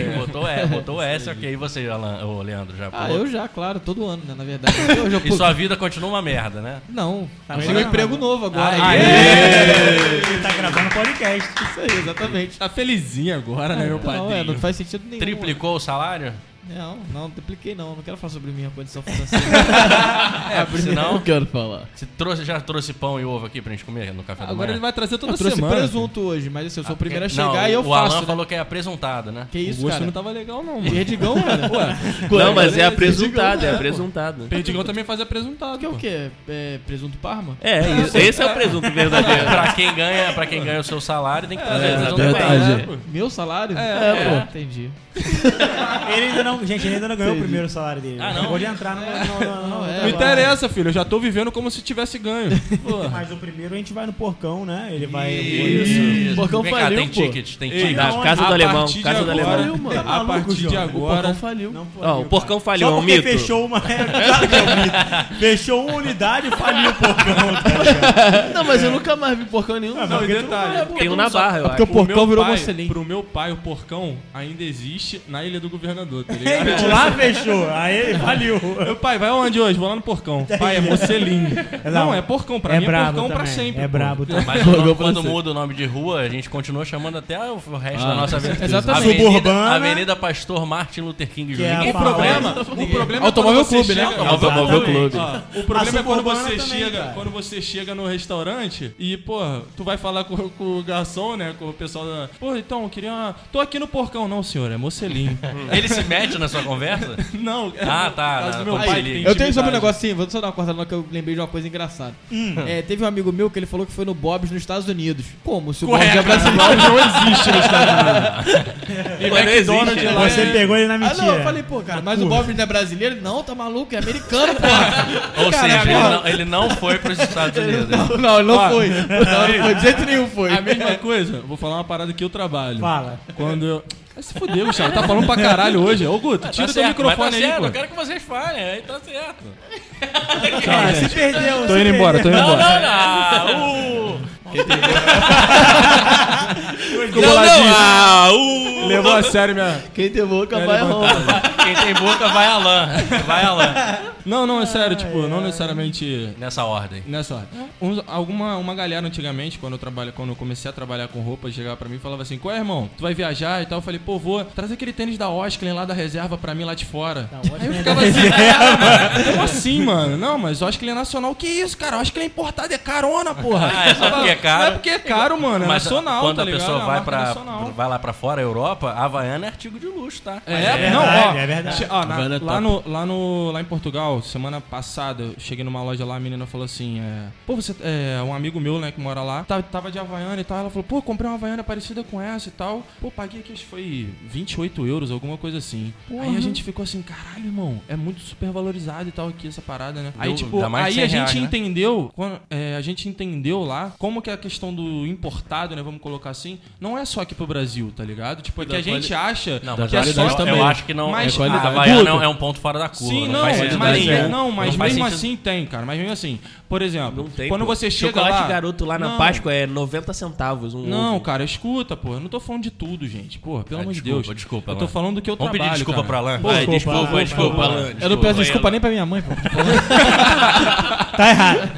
B: botou- Botou é, botou S, ok. E você, Alan, ô, Leandro, já
F: Ah,
B: pulou?
F: eu já, claro, todo ano, né? Na verdade. <laughs> Eu já
B: E sua vida continua uma merda, né?
F: Não.
C: Tá
F: Chegou
C: melhorando.
F: emprego novo agora. É
C: Ele tá gravando podcast.
F: Isso aí, exatamente.
D: Tá felizinho agora, né, meu
F: Não, é, não
D: padrinho?
F: faz sentido nenhum.
B: Triplicou o salário?
F: Não, não, tripliquei não. Não quero falar sobre minha condição financeira.
B: É, senão...
E: Não quero falar.
B: Você trouxe, já trouxe pão e ovo aqui pra gente comer no café da manhã?
D: Agora ele vai trazer toda
F: Eu trouxe
D: semana. Ah,
F: presunto hoje, mas assim, eu sou o primeiro a
B: Não,
F: chegar e eu
B: o
F: faço.
B: Alan
F: né?
B: falou que é apresuntado, né?
F: Que
D: filho. O
F: isso,
D: gosto
F: cara? é
D: não tava legal, não. mano.
F: Perdigão, cara.
G: Não, mas é
D: Esse
G: apresentado, é
D: digo, né,
G: apresentado.
D: Perdigão também fazia apresentado. <laughs>
F: que é o
D: pô.
F: quê? É presunto parma?
G: É, isso- esse é o presunto verdadeiro.
B: pra quem ganha, para quem ganha o seu salário, tem que trazer
G: É,
B: apresuntado.
E: verdade.
F: Meu salário?
E: É,
F: pô. Entendi.
C: Ele ainda não, gente, ele ainda não ganhou o primeiro salário dele.
B: Ah, não?
C: Acabou de entrar no. no- no- no-
F: Não, é,
C: no-
D: Não
F: Vai lá.
D: interessa, filho. Eu já tô vivendo como se tivesse ganho.
C: Mas o primeiro a gente vai no porcão, né? Ele vai.
B: Isso.
E: Porcão
B: Vem cá,
E: faliu,
B: tem
E: pô.
B: ticket, tem
D: Ei,
B: ticket. Tá,
G: Da
C: Não,
G: casa
D: a
G: do alemão,
D: partir de
G: casa do
D: agora-
G: alemão.
C: Tá
D: A
C: maluco,
D: partir de
C: João?
D: agora.
E: faliu.
C: Não pode,
G: Ó, o
C: cara.
G: porcão falhou, é
C: Só
G: um
C: porque
G: mito.
C: fechou uma. <laughs> Claro que é um mito. Fechou uma unidade e faliu o porcão. tá ligado?
E: Não, mas eu nunca mais vi porcão nenhum. É,
C: Ah, mas
D: Não, e
C: porque tu
D: detalhe.
G: Tem um na barra, eu
D: Porque
G: acho.
D: o porcão virou pai,
F: Marcelinho.
D: Pro meu pai, o porcão ainda existe na ilha do governador, tá ligado? <laughs>
C: Então, Lá fechou, aí ele faliu.
D: Meu pai, vai onde hoje? Vou lá no
C: <laughs>
D: porcão. Pai, é mocelinho.
C: Não,
D: Não, é porcão. Pra mim é
C: brabo
D: porcão pra
C: também,
D: sempre.
C: É
D: pô.
C: brabo também.
E: <laughs>
B: Mas o Tá um nome-
E: Jogou pra
B: quando
E: você. Ah.
B: muda o nome de rua, a gente continua chamando até o resto da nossa vida.
F: Exatamente.
C: Suburbana.
B: Avenida, Avenida Pastor Martin Luther King
C: Que é
B: Ninguém
C: a
B: fala
C: problema-
B: isso.
D: O problema
E: Automóvel
D: é quando você
E: clube, né?
D: chega-
G: Automóvel
C: Exatamente.
G: clube.
D: Ó, o problema
C: A
D: é quando
C: suburbana
D: você
C: também,
D: chega,
C: cara.
D: quando você chega no restaurante e, pô, tu vai falar com, com o garçom, né, com o pessoal da, pô, então, eu queria uma, tô aqui no porcão, não, senhor, é mocelinho.
B: Ele se mete na sua conversa?
D: não, é
B: Ah,
D: por
B: tá,
D: causa
B: tá,
D: do meu
B: tá,
D: pai,
B: ele-
D: que tem
F: Eu tenho só um
D: intimidade. Hum.
F: negocinho, vou só dar uma cortada lá que eu lembrei de uma coisa engraçada. É, teve um amigo meu que ele falou que foi no Bob's nos Estados Unidos. Como? Se o Bob's é brasileiro.
D: <laughs> não existe nos Estados Unidos.
G: E McDonald's
D: lá
C: Você
D: é-
C: pegou ele na mentira.
F: Ah, não, eu falei, pô, cara, mas o Bob's não é brasileiro? Não, tá maluco, é
D: <laughs>
F: americano, porra.
B: Ou
F: Caraca,
B: seja, ele
F: ó.
B: não, ele não foi pros Estados Unidos. Tá
F: Não, ele não foi. <laughs> Não, não foi, de jeito nenhum foi.
D: A mesma coisa, vou falar uma parada que eu trabalho.
C: Fala.
D: Quando eu. Vai se fuder, Gustavo. Tá falando pra caralho hoje. Ô, Guto, tira
B: Tá
D: teu
B: certo, mas
D: microfone
B: tá
D: aí,
B: certo,
D: pô.
B: eu quero que vocês falem, aí tá certo.
C: Ah, se perdeu.
D: Tô indo embora, tô indo
B: Não,
D: embora.
B: não, não. Uh,
C: indo
B: não, não. Ah, uh.
D: Levou a sério minha.
E: Quem tem boca
D: minha
E: vai
D: levantada.
E: arromba.
B: Quem tem boca vai Alan. Vai Alan.
D: Não, não, é sério, tipo, não necessariamente.
B: Nessa ordem.
D: Nessa hora. é Uns- alguma uma galera antigamente, quando eu, trabalha, quando eu comecei a trabalhar com roupa, chegava pra mim e falava assim: Qual é, irmão? Tu vai viajar e tal? Eu falei: Pô, vou, traz aquele tênis da Osklen lá da reserva pra mim lá de fora. Aí eu ficava assim: "Caralho, Como assim, mano? Não, mas Osklen é nacional. Que isso, cara? Osklen é importado, é carona, porra.
B: Ah, é só porque é caro.
D: Não é porque é caro, mano. É
B: Mas
D: nacional,
B: quando
D: tá
B: a
D: ligado?
B: pessoa
D: É uma
B: vai,
D: marca
B: pra,
D: nacional.
B: vai lá pra fora, Europa, a Havaiana é artigo de luxo, tá?
D: É,
C: É
D: não,
C: verdade,
D: ó,
C: é verdade.
D: Ó, na-
E: Havana é
D: lá,
E: top.
D: no, lá, no, lá em Portugal, semana passada, eu cheguei numa loja lá, a menina falou assim: é, Pô, você. É, um amigo meu, né, que mora lá, tava, tava de Havaiana e tal. Ela falou: Pô, comprei uma Havaiana parecida com essa e tal. Pô, paguei aqui, acho que foi 28 euros, alguma coisa assim. Aí a gente ficou assim: Caralho, irmão, é muito super valorizado e tal aqui essa parada, né? Aí,
B: Deu-
D: tipo,
B: dá mais de
D: aí a
B: 100 reais,
D: gente
B: né?
D: entendeu, quando- é, a gente entendeu lá como que é a questão do importado, né, vamos colocar assim, não é só aqui pro Brasil, tá ligado? Tipo, é que a gente acha
B: Não,
D: que
B: mas
D: é
B: eu,
D: só
B: acho, eu, eu acho que não.
D: Mas-
B: é,
D: qualidade.
B: a Havaiana
D: Tudo.
B: é um ponto fora da curva.
D: Sim, não,
B: faz
D: mas,
B: sentido,
D: mas, é,
B: né?
D: não, mas
B: faz
D: mesmo
B: sentido.
D: assim tem, cara. Mas mesmo assim, por exemplo,
G: Não tem,
D: quando
G: pô.
D: você chega
G: Chocolate
D: lá...
G: garoto lá na
D: Não.
G: Páscoa é 90 centavos. Um
D: Não,
G: ovo.
D: cara, escuta, pô. Eu não tô falando de tudo, gente. Porra, pelo
B: Ah,
D: amor de
B: desculpa,
D: Deus.
B: desculpa,
D: Eu tô
B: Alan.
D: falando do que eu
B: Vamos pedir
D: trabalho,
B: desculpa
D: cara.
B: pra Alan?
D: Pô,
B: Vai,
C: desculpa, Alan,
B: desculpa, Alan.
F: Eu não peço desculpa nem pra minha mãe, pô.
C: Tá errado.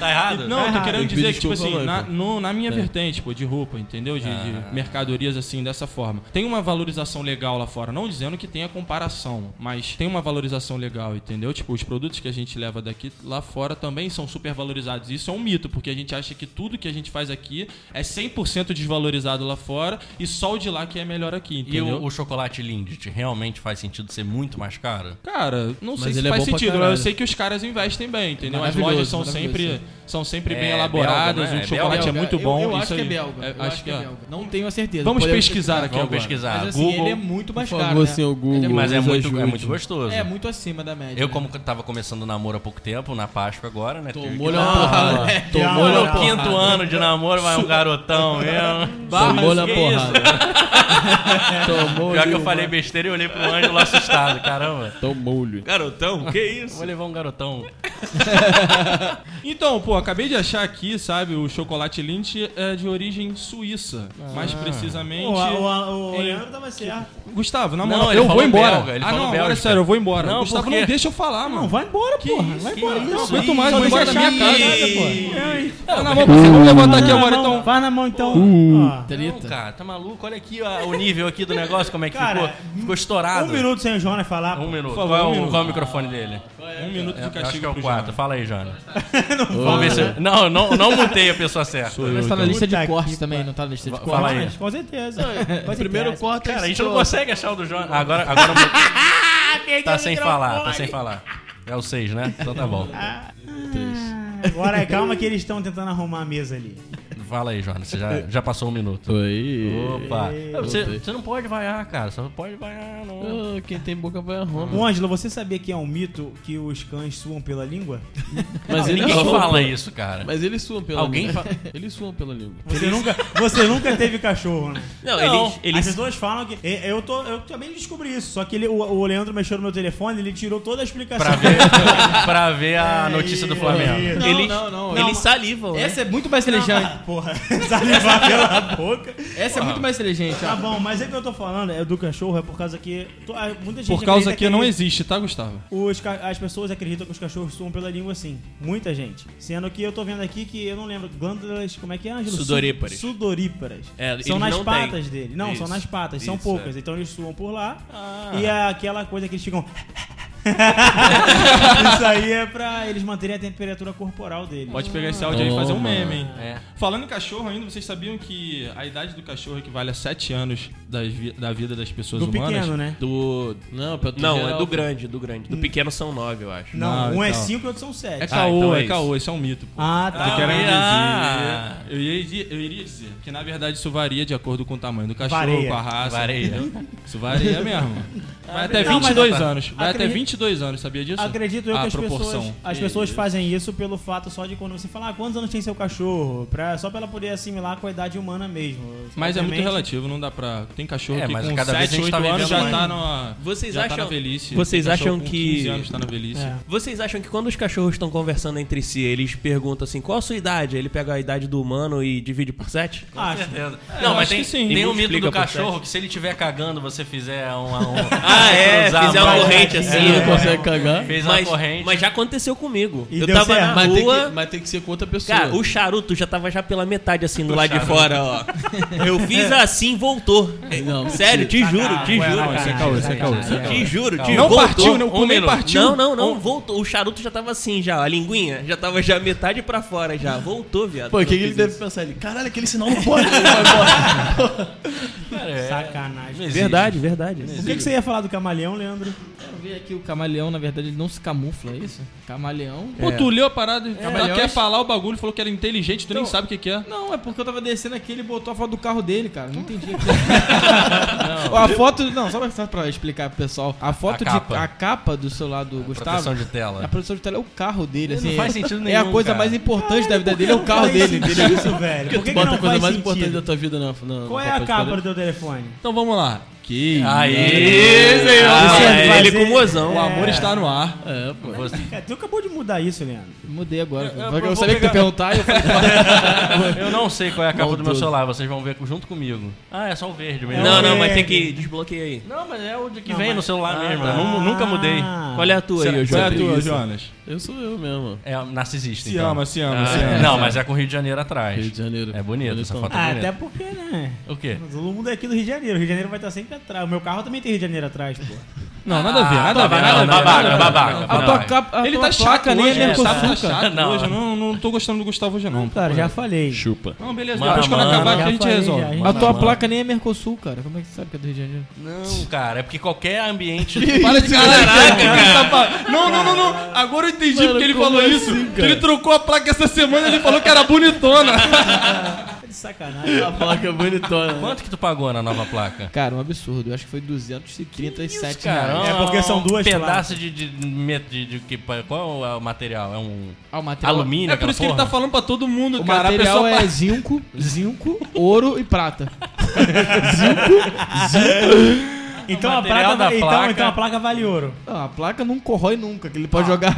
B: Tá errado?
D: Não, eu tô
E: Tem
D: querendo
E: que
D: dizer que,
E: pedir
D: tipo
E: desculpa, É.
D: assim, na,
E: Alan,
D: no- na minha vertente, pô, de roupa, entendeu? De, de
E: Ah.
D: mercadorias, assim, dessa forma. Tem uma valorização legal lá fora. Não dizendo que tenha comparação, mas tem uma valorização legal, entendeu? Tipo, os produtos que a gente leva daqui lá fora também são super valorizados. Isso é um mito, porque a gente acha que tudo que a gente faz aqui é 100% desvalorizado lá fora e só o de lá que é melhor aqui,
B: E
D: entendeu?
B: o, o chocolate Lindt realmente faz sentido ser muito mais caro?
D: Cara, não sei
E: Mas
D: se
E: ele é
D: faz
E: bom pra
D: sentido. mas Eu
E: caralho.
D: sei que os caras investem bem, entendeu? As
F: Maravilhoso,
D: lojas são
F: maravilhoso,
D: sempre,
F: sim.
D: são sempre
B: É,
D: bem elaboradas,
B: belga, né?
D: o
B: É
D: chocolate
B: belga.
D: é muito
F: Eu-
D: bom.
F: Eu,
D: isso
F: acho que é
D: aí.
F: belga.
D: É,
F: eu acho que é belga. Não tenho a certeza.
D: Vamos
F: Podemos
D: pesquisar aqui
B: Vamos
D: agora.
B: pesquisar.
F: Mas assim, ele é
B: Google,
F: muito
E: Por
F: mais caro,
E: favor,
F: né?
E: senhor Google.
B: mas é
E: nos
B: muito,
E: ajude.
B: é muito gostoso.
F: É muito acima da média.
B: Eu,
F: né?
B: como tava começando o namoro há pouco tempo, na Páscoa agora, né? tive
E: Tomou-lhe
B: que-
E: uma porrada. Tomou-lhe
B: Olha
E: uma
B: o
E: porrada.
B: quinto ano de namoro, vai um garotão mesmo.
E: Tomou-lhe uma
B: que isso?
E: porrada. <laughs> Tomou-lhe
B: Pior que eu
E: uma-
B: falei besteira e olhei pro Ângelo assustado, caramba.
E: Tomou-lhe.
B: Garotão? Que isso? Vou levar um garotão.
D: Então, pô, acabei de achar aqui, sabe, o chocolate Lindt é de origem suíça. Mais
B: Ah.
D: precisamente.
C: O, o, o
D: Ei.
C: Leandro tava certo.
D: Gustavo, na
B: Não,
D: moral,
B: ele
D: eu
B: falou
D: vou embora.
B: belga, ele
D: ah,
B: falou
D: não, agora
B: belga,
D: é sério, eu vou embora.
B: Não,
D: Gustavo,
B: por quê?
D: não deixa eu falar, mano.
C: Não, vai embora, porra. vai embora.
D: Não,
C: Então.
D: aguento mais, vou
C: Só
D: embora da
C: deixa
D: minha
C: a
D: casa.
C: chave, porra.
D: Não, na mão, você vai Tá levantar aqui agora, então.
C: Vai na mão, então. Ó.
B: Não, cara, tá maluco? Olha aqui ó, o nível aqui do negócio, como é que
C: Cara,
B: ficou. Ficou estourado.
C: Um minuto sem o Jonas falar.
B: Um
C: pô.
B: minuto.
D: favor,
B: qual, é o-
D: um minuto.
B: qual é o microfone dele?
D: Um minuto de
B: Eu acho que
D: castigo
B: é o
D: pro
B: 4.
D: Jonas.
B: Fala aí, <laughs> Jana. Vamos ver se. Não, não, não mutei a pessoa certa.
F: Mas tá na lista
C: Puta que
F: de cortes também, não tá na lista de cortes.
B: Fala aí.
C: Jonas, com certeza.
E: Primeiro corta
B: Cara, a gente
E: isso.
B: não consegue achar o do Jonas. Agora, agora eu vou- tá sem falar, tá sem falar. É o 6, né? Então tá bom.
C: Agora é, calma que eles estão tentando arrumar a mesa ali.
B: Fala aí, Jonas. Você já, já passou um minuto.
E: Oi.
B: Opa. É, Você, você não pode vaiar, cara. Você não pode vaiar, não.
E: Ah, Quem tem boca vai a Roma.
C: Ô, Ângelo, você sabia que é um mito que os cães suam pela língua?
E: Mas ele
B: Ninguém
E: fala.
B: fala isso, cara.
E: Mas eles suam pela
B: Alguém
E: língua. <laughs> Eles suam pela língua.
C: Você nunca, você nunca teve cachorro, né?
G: Não, eles-
C: As
G: eles
C: pessoas falam que. e- Eu, tô, eu também descobri isso, só que ele- o, o Leandro mexeu no meu telefone, ele tirou toda a explicação.
B: Pra
G: <laughs>
B: ver, pra ver a notícia do Flamengo.
F: Não,
G: Eles-
F: não, não.
G: Eles salivam. né?
F: Essa é muito mais inteligente.
C: Porra, <laughs> salivar pela boca.
F: Essa é muito mais inteligente.
C: Tá
F: ó.
C: bom, mas é que eu tô falando, é do cachorro, é por causa que. to- ah, Muita gente
D: Por causa
C: acredita
D: que não existe, tá, Gustavo?
C: Os ca- as pessoas acreditam que os cachorros suam pela língua, sim. Muita gente. Sendo que eu tô vendo aqui que eu não lembro. Glândulas, como é que é, Ângelo?
G: Sudoríparas.
C: Su- Sudoríparas.
G: É, eles
C: são nas
G: não
C: patas
G: têm.
C: dele. Não, são
G: Isso.
C: nas patas, são
G: Isso,
C: poucas. Então eles suam por lá. E é aquela coisa que eles ficam. Isso aí é pra eles manterem a temperatura corporal dele.
D: Pode pegar esse áudio aí e fazer um meme, hein?
B: É.
D: Falando em cachorro ainda, vocês sabiam que a idade do cachorro equivale a 7 anos das vi- da vida das pessoas
C: Do
D: humanas?
C: pequeno, né?
E: Do. Não, pra tu
G: Não,
E: geral.
G: é do grande, do grande. Do pequeno são nove, eu acho.
C: Não,
D: Não,
C: um é
D: então.
C: 5 e outro são
D: É
C: 7.
D: caô,
G: então é
D: é,
G: isso.
D: caô, isso é um mito. Pô.
C: Ah,
D: Eu,
C: tá.
D: quero
B: Ah,
D: dizer, eu, iria, dizer- eu iria dizer que na verdade isso varia de acordo com o tamanho do cachorro,
C: Varia.
D: com a raça.
B: Varia. Ah,
D: entendeu? Isso varia mesmo. Vai até
C: Não, mas
D: 22
C: rapaz,
D: anos. Vai até
C: acredito-
D: 22 anos, sabia disso?
C: Acredito eu
D: a
C: que as
D: proporção.
C: pessoas, as pessoas fazem isso pelo fato só de quando você falar ah, quantos anos tem seu cachorro, pra, só pra ela poder assimilar com a idade humana mesmo.
D: Mas é muito
C: Obviamente-
D: relativo, não dá pra. Tem cachorro
B: É,
D: que
B: mas
D: com
B: cada vez a
D: 7,
B: gente
D: 8
B: tá vivendo
D: anos já
B: mais.
D: tá, numa,
G: Vocês
D: já tá
G: acham-
D: na velhice.
G: vocês
D: Tem cachorro
G: acham
D: com
G: que-
D: 15 anos tá na velhice.
C: É.
G: Vocês acham que quando os cachorros estão conversando entre si, eles perguntam assim, qual a sua idade? Ele pega a idade do humano e divide por sete?
C: Acho.
G: É,
B: Não, mas
D: acho
B: tem,
D: que sim.
B: tem um
G: Multiplica
B: mito do
G: por
B: cachorro que se ele tiver cagando, você fizer uma. Um,
G: Ah, é,
B: transar
G: fizer uma
B: mais-
G: corrente assim,
E: Ele
G: É.
E: não consegue cagar.
B: Fez uma
G: Mas,
B: corrente.
G: mas já aconteceu comigo.
C: E
G: eu
C: deu
G: tava
C: certo.
G: na
E: É, Mas tem,
G: rua...
E: que, mas tem que ser com outra pessoa.
G: Cara, o charuto já tava já pela metade, assim, do lado de
B: charuto.
G: fora, ó. Eu fiz assim e voltou.
E: Não,
G: Sério, te juro,
B: Ah,
G: te
C: Ué,
G: juro.
C: não, isso é caô, isso é caô, isso é
G: Te juro, te
D: Não
G: voltou.
D: partiu, né? O
G: um
D: Cunha
G: minuto.
D: partiu.
G: Não, não, não, voltou. O charuto já tava assim já, a linguinha já tava já metade pra fora já. Voltou, viado.
C: né?
E: Pô, o que, que ele deve pensar? Ele, caralho, aquele sinal não pode. ele vai embora."
B: Cara, É.
C: Sacanagem.
B: Não existe.
G: Verdade, verdade.
C: O que, que você ia falar do camaleão, Leandro?
F: Eu vi aqui o camaleão, na verdade, ele não se camufla, é isso? Camaleão.
D: Pô, tu leu É. a parada,
F: Camaleões.
D: tu quer falar o bagulho, falou que era inteligente, tu nem sabe o que, que é.
F: Não, é porque eu tava descendo aqui ele botou a foto do carro dele, cara. Não entendi. Ó, A foto. Não, só pra, só pra explicar pro pessoal. A foto
B: A
F: de.
B: capa.
F: A capa do celular do Gustavo.
G: tá
B: Proteção de
F: A
B: tela.
F: produção de tela é o carro dele,
B: Não
F: assim.
B: faz sentido
F: É a
B: nenhum,
F: coisa
B: cara.
F: mais importante da vida dele, é o carro dele, entendeu?
C: Isso, velho. Por que,
E: Tu
C: que
E: <laughs> bota
C: não
E: a coisa
C: faz
E: mais importante da
C: sentido?
E: tua vida na. na
C: Qual
E: na
C: é a
E: papel
C: capa
E: história?
C: do teu telefone?
D: Então vamos lá. Que
G: é
B: Aê, senhor.
C: Você
G: Ah,
C: vai
B: é
G: ele
C: fazer-
G: com mozão.
D: O amor está no ar.
E: É, pô.
G: <laughs>
C: Cara, tu acabou de mudar isso, Leandro.
F: Mudei agora.
B: Eu- eu-
F: Eu,
B: eu vou
F: sabia que tu ia
B: pegar-
F: perguntar e eu
B: <laughs>
F: falei.
B: Eu não sei qual é a capa do meu celular, vocês vão ver junto comigo. Ah, é só o verde mesmo.
G: Não,
C: É.
G: não, mas tem que desbloqueia aí.
B: Não, mas é o de que
C: Não,
B: vem
C: mas-
B: no celular mesmo. né?
G: tá.
B: Eu nu- nunca mudei.
C: Ah.
G: Qual é a tua aí, ô
D: Qual é a
G: Jorge?
D: tua, Jonas? Ah,
E: Eu sou eu mesmo.
B: É narcisista,
D: Se
B: então.
D: ama, se ama, se
B: É,
D: ama.
B: Não, mas é com o Rio de Janeiro atrás.
E: Rio de Janeiro.
B: É bonito, essa
E: Bonitão.
B: foto
C: Ah,
B: é
C: até
B: bonita.
C: porque, né?
B: O quê?
C: Todo mundo é aqui do Rio de Janeiro. O Rio de Janeiro vai estar sempre atrás. O meu carro também tem Rio de Janeiro atrás, pô.
D: Não, nada a ver, nada a ver, nada a
B: tá, Não,
D: ver. nada
B: Ah, babaca,
D: a ver.
B: babaca.
F: A tua
B: babaca.
F: capa. a
D: Ele
F: tua
D: tá chato
F: placa nem é
D: hoje, né?
F: Mercosul,
D: Gustavo tá
F: cara.
D: chato
B: Não.
D: hoje. Eu Não, não tô gostando do Gustavo hoje, não.
C: Cara, já falei.
E: Chupa.
D: Não, beleza.
B: Mano,
D: Depois quando
B: mano,
D: acabar aqui
C: já
D: a gente
C: falei,
D: resolve.
C: já,
F: A
C: hein?
F: tua placa nem é Mercosul, cara. Como é que tu sabe que é do Rio de Janeiro?
B: Não, cara, é porque qualquer <laughs> ambiente.
D: Para de caraca, cara. Não, não, não, não. Agora eu entendi porque ele falou
B: assim,
D: isso. Que ele trocou a placa essa semana, ele falou que era bonitona.
C: Tá de sacanagem.
E: A placa bonitona.
B: Quanto que tu pagou na nova placa?
F: Cara, um absurdo. Eu acho que foi 237 reais.
C: É porque são duas
B: um pedaço de, de, de, de, de, que- Qual é o material? É um
F: Ah, o material.
B: alumínio?
D: É por isso que ele tá falando pra todo mundo,
F: O
D: cara. A
F: material
D: pessoa
F: é zinco, zinco, ouro e prata.
C: Então, a
B: material
C: placa,
B: da
C: vale- então,
B: placa-
C: então a placa vale ouro.
F: Não, a placa não corrói nunca, que ele
B: Ah.
F: pode jogar.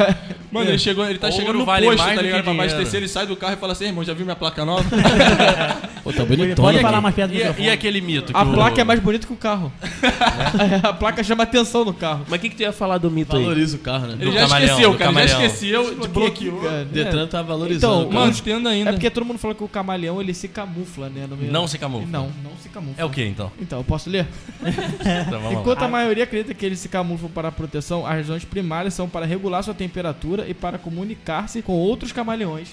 D: Mano, ele, chegou, ele tá
B: Ouro
D: chegando no
B: vale
D: posto,
B: mais
D: tá
B: do que
D: ligado? Pra
B: dinheiro.
D: abastecer, ele sai do carro e fala assim, irmão, já viu minha placa
B: <laughs>
D: nova?
E: Pô, tá
C: Ele pode falar
E: bonitona.
C: mais
D: é-
C: perto do
B: E,
C: microfone.
B: e aquele mito?
F: A
B: que o-
F: placa é mais bonita que o carro. <laughs> a placa chama atenção no carro.
G: Mas o que, que tu ia falar do mito aí?
E: Valoriza o carro, né?
D: Ele
B: Do
D: já
B: camaleão,
D: esqueceu,
B: do
D: cara. Ele já
B: camaleão.
D: esqueceu, desbloqueou.
C: É.
F: Cara,
E: O Detran tá valorizando.
F: Então,
E: cara.
F: mano,
D: Mantendo ainda.
F: É porque todo mundo falou que o camaleão ele se camufla, né? No meio...
B: Não se camufla.
F: Não, não se camufla.
B: É o que <laughs> então?
F: Então, eu posso ler?
B: Então vamos lá.
F: Enquanto a maioria acredita que eles se camuflam para proteção, as razões primárias são para regular sua temperatura e para comunicar-se com outros camaleões.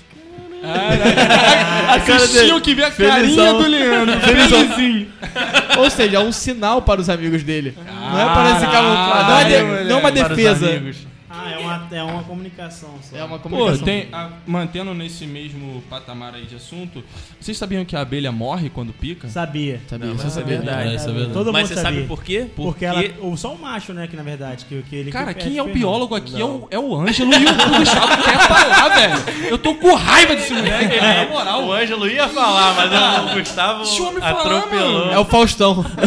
D: Assistiu que vê a carinha
E: Felizão.
D: do
F: <laughs>
D: Leandro. Felizinho.
F: Ou seja, é um sinal para os amigos dele. não é para se camuflar, não é, de-
D: moleque.
F: não é uma
B: Ah, Para os
F: defesa.
B: amigos.
C: Ah, é uma, é uma comunicação só.
F: É uma
D: Pô,
F: comunicação.
E: assim.
D: tem, a- mantendo nesse mesmo patamar aí de assunto, vocês sabiam que a abelha morre quando pica?
C: Sabia.
E: Tá
F: Sabia,
G: Não,
F: você
G: mas é
F: sabia.
G: verdade.
E: É, isso é verdade.
C: Todo
G: Mas
C: mundo
G: você
C: sabia.
G: sabe por quê?
C: Porque ela. Ou só o macho, né? Que na verdade. Que, que ele
D: Cara,
C: que
D: quem é o
C: Fernando.
D: biólogo aqui é o, é o Ângelo e o Gustavo quer falar, velho. Eu tô com raiva desse moleque, na moral.
F: Oh.
B: O Ângelo ia falar, mas o Gustavo
D: Deixa o homem falar,
B: atropelou.
F: É o Faustão.
B: <laughs>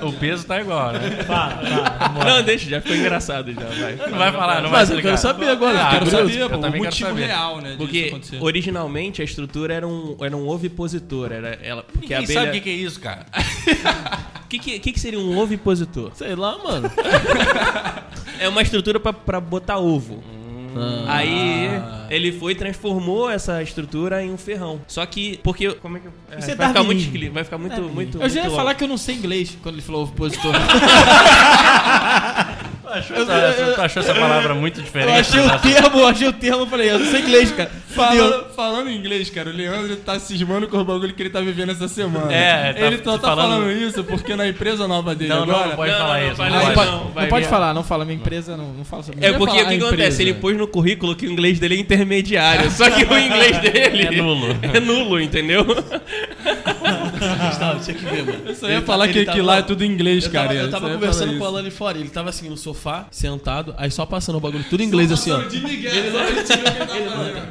B: O peso tá igual, né?
C: Fala, fala.
G: Não, deixa, já ficou engraçado já, vai.
B: Não vai falar, não vai
E: Mas eu
B: explicar.
E: quero saber agora.
B: Tá Ah,
E: fiquei
D: Quero
E: curioso.
D: saber, pô,
B: eu
D: o
B: também
D: motivo
B: quero saber.
D: real, né, disso
G: Porque
D: acontecer.
G: originalmente a estrutura era um, era um ovipositor. Era ela, porque
B: Ninguém
G: a
B: sabe o que
G: abelha.
B: que é isso, cara.
G: O que, que, que, que seria um ovipositor?
E: Sei lá, mano.
G: <laughs> É uma estrutura pra, pra botar ovo. Ah. Aí ele foi e transformou essa estrutura em um ferrão. Só que, porque. Como é que. é,
C: Isso é
G: vai, ficar muito,
C: darwinismo.
G: esquili- vai ficar muito.
C: Darwinismo.
G: muito
F: Eu já ia
G: muito
F: falar que eu não sei inglês quando ele falou opositor.
E: <laughs>
B: Tu achou- tu achou essa palavra muito
F: Eu
B: diferente?
F: achei o termo, eu achei o termo, eu falei, eu não sei inglês, cara.
D: Falando, falando em inglês, cara, o Leandro tá cismando com o bagulho que ele tá vivendo essa semana.
B: É, tá-
D: ele só tá
B: falando-
D: falando... isso porque na empresa nova dele
B: Não, não,
D: agora.
B: não pode
G: Não,
B: falar
G: não,
B: isso.
G: vai
B: não
G: lá,
B: pode.
G: vai lá.
F: não,
G: vai
F: pode
G: ver.
F: falar, não fala minha empresa, não, não fala sobre
G: É
F: isso.
D: ia
G: porque o
D: falar
G: que
D: a
G: acontece?
D: empresa.
G: Ele pôs no currículo que o inglês dele é intermediário. só que o inglês dele.
B: É nulo.
G: É nulo, entendeu?
E: Gustavo, tinha que ver, mano. tá-
D: Eu só
B: tá-
D: ia falar que, que lá é tudo em inglês,
E: Eu
D: cara.
E: tava, eu tava
D: só ia
E: conversando
D: falar
E: com o
D: isso.
E: Alan ali fora, ele tava assim no sofá, sentado, aí só passando o bagulho, tudo em inglês assim, ó.
D: De Miguel, ele
E: tá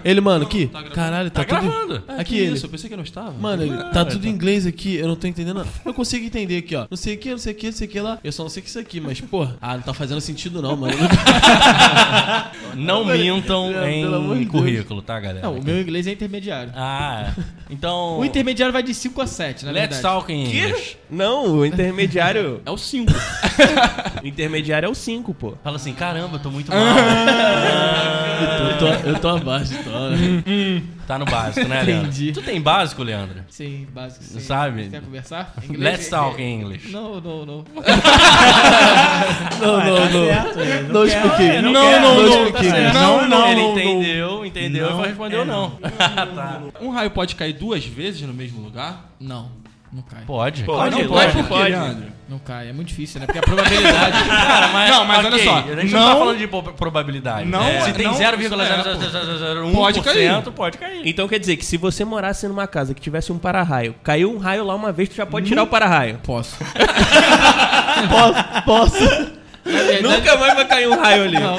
E: Ele, mano, aqui, caralho, tá, tudo.
B: gravando.
E: Aqui ele.
D: eu pensei É que não estava.
E: Mano, ele, tá tudo em inglês aqui, eu não tô entendendo nada. Eu consigo entender aqui, ó. Não sei o que, não sei o que, não sei o que lá. Eu só não sei o que isso aqui, mas, porra, ah, não tá fazendo sentido não, mano.
B: Não mintam
E: Pelo amor de
B: em
E: Deus.
B: currículo, tá, galera?
F: Não, o <laughs> meu inglês é intermediário.
B: Ah, então.
F: O intermediário vai de 5 a 7, na
B: Let's
F: verdade.
B: talk in English.
G: Não, o intermediário.
D: É o 5.
G: <laughs> o intermediário é o 5, pô.
B: Fala assim, caramba, eu tô muito mal. É.
E: eu, tô, eu tô abaixo, né? tô.
B: Tá no básico, né, Leandro? Tu tem básico, Leandro?
F: Sim, básico. Sim.
B: Sabe?
F: Você Quer <laughs> conversar?
B: Let's talk in English.
F: Não, não, não.
E: Não, não, não.
C: tá Certo? né?
E: Não expliquei.
D: Não, não,
C: Tá
D: não.
E: expliquei.
D: Não, não,
B: Ele
D: não, não.
B: entendeu, entendeu, e respondeu É, não.
D: Um raio pode cair duas vezes no mesmo lugar?
F: Não. Não cai.
B: Pode.
H: Pode,
D: não
H: lógico
D: pode,
H: que
D: por quê,
H: pode.
D: Leandro?
F: Não cai. É muito difícil, né? Porque a probabilidade.
B: Cara, mas,
A: Não, mas olha
B: É, ok,
A: só,
B: A gente não, tá
A: não-
B: falando de po- probabilidade.
A: Não-
D: É.
B: né? Se tem
A: não-
B: 0,0001%,
A: Pode cair.
B: Pode cair.
G: Então quer dizer que se você morasse numa casa que tivesse um para-raio, caiu um raio lá uma vez, tu já pode tirar o para-raio.
D: Posso.
F: Na
B: É
F: verdade-
G: Nunca mais vai cair um raio ali.
F: Não.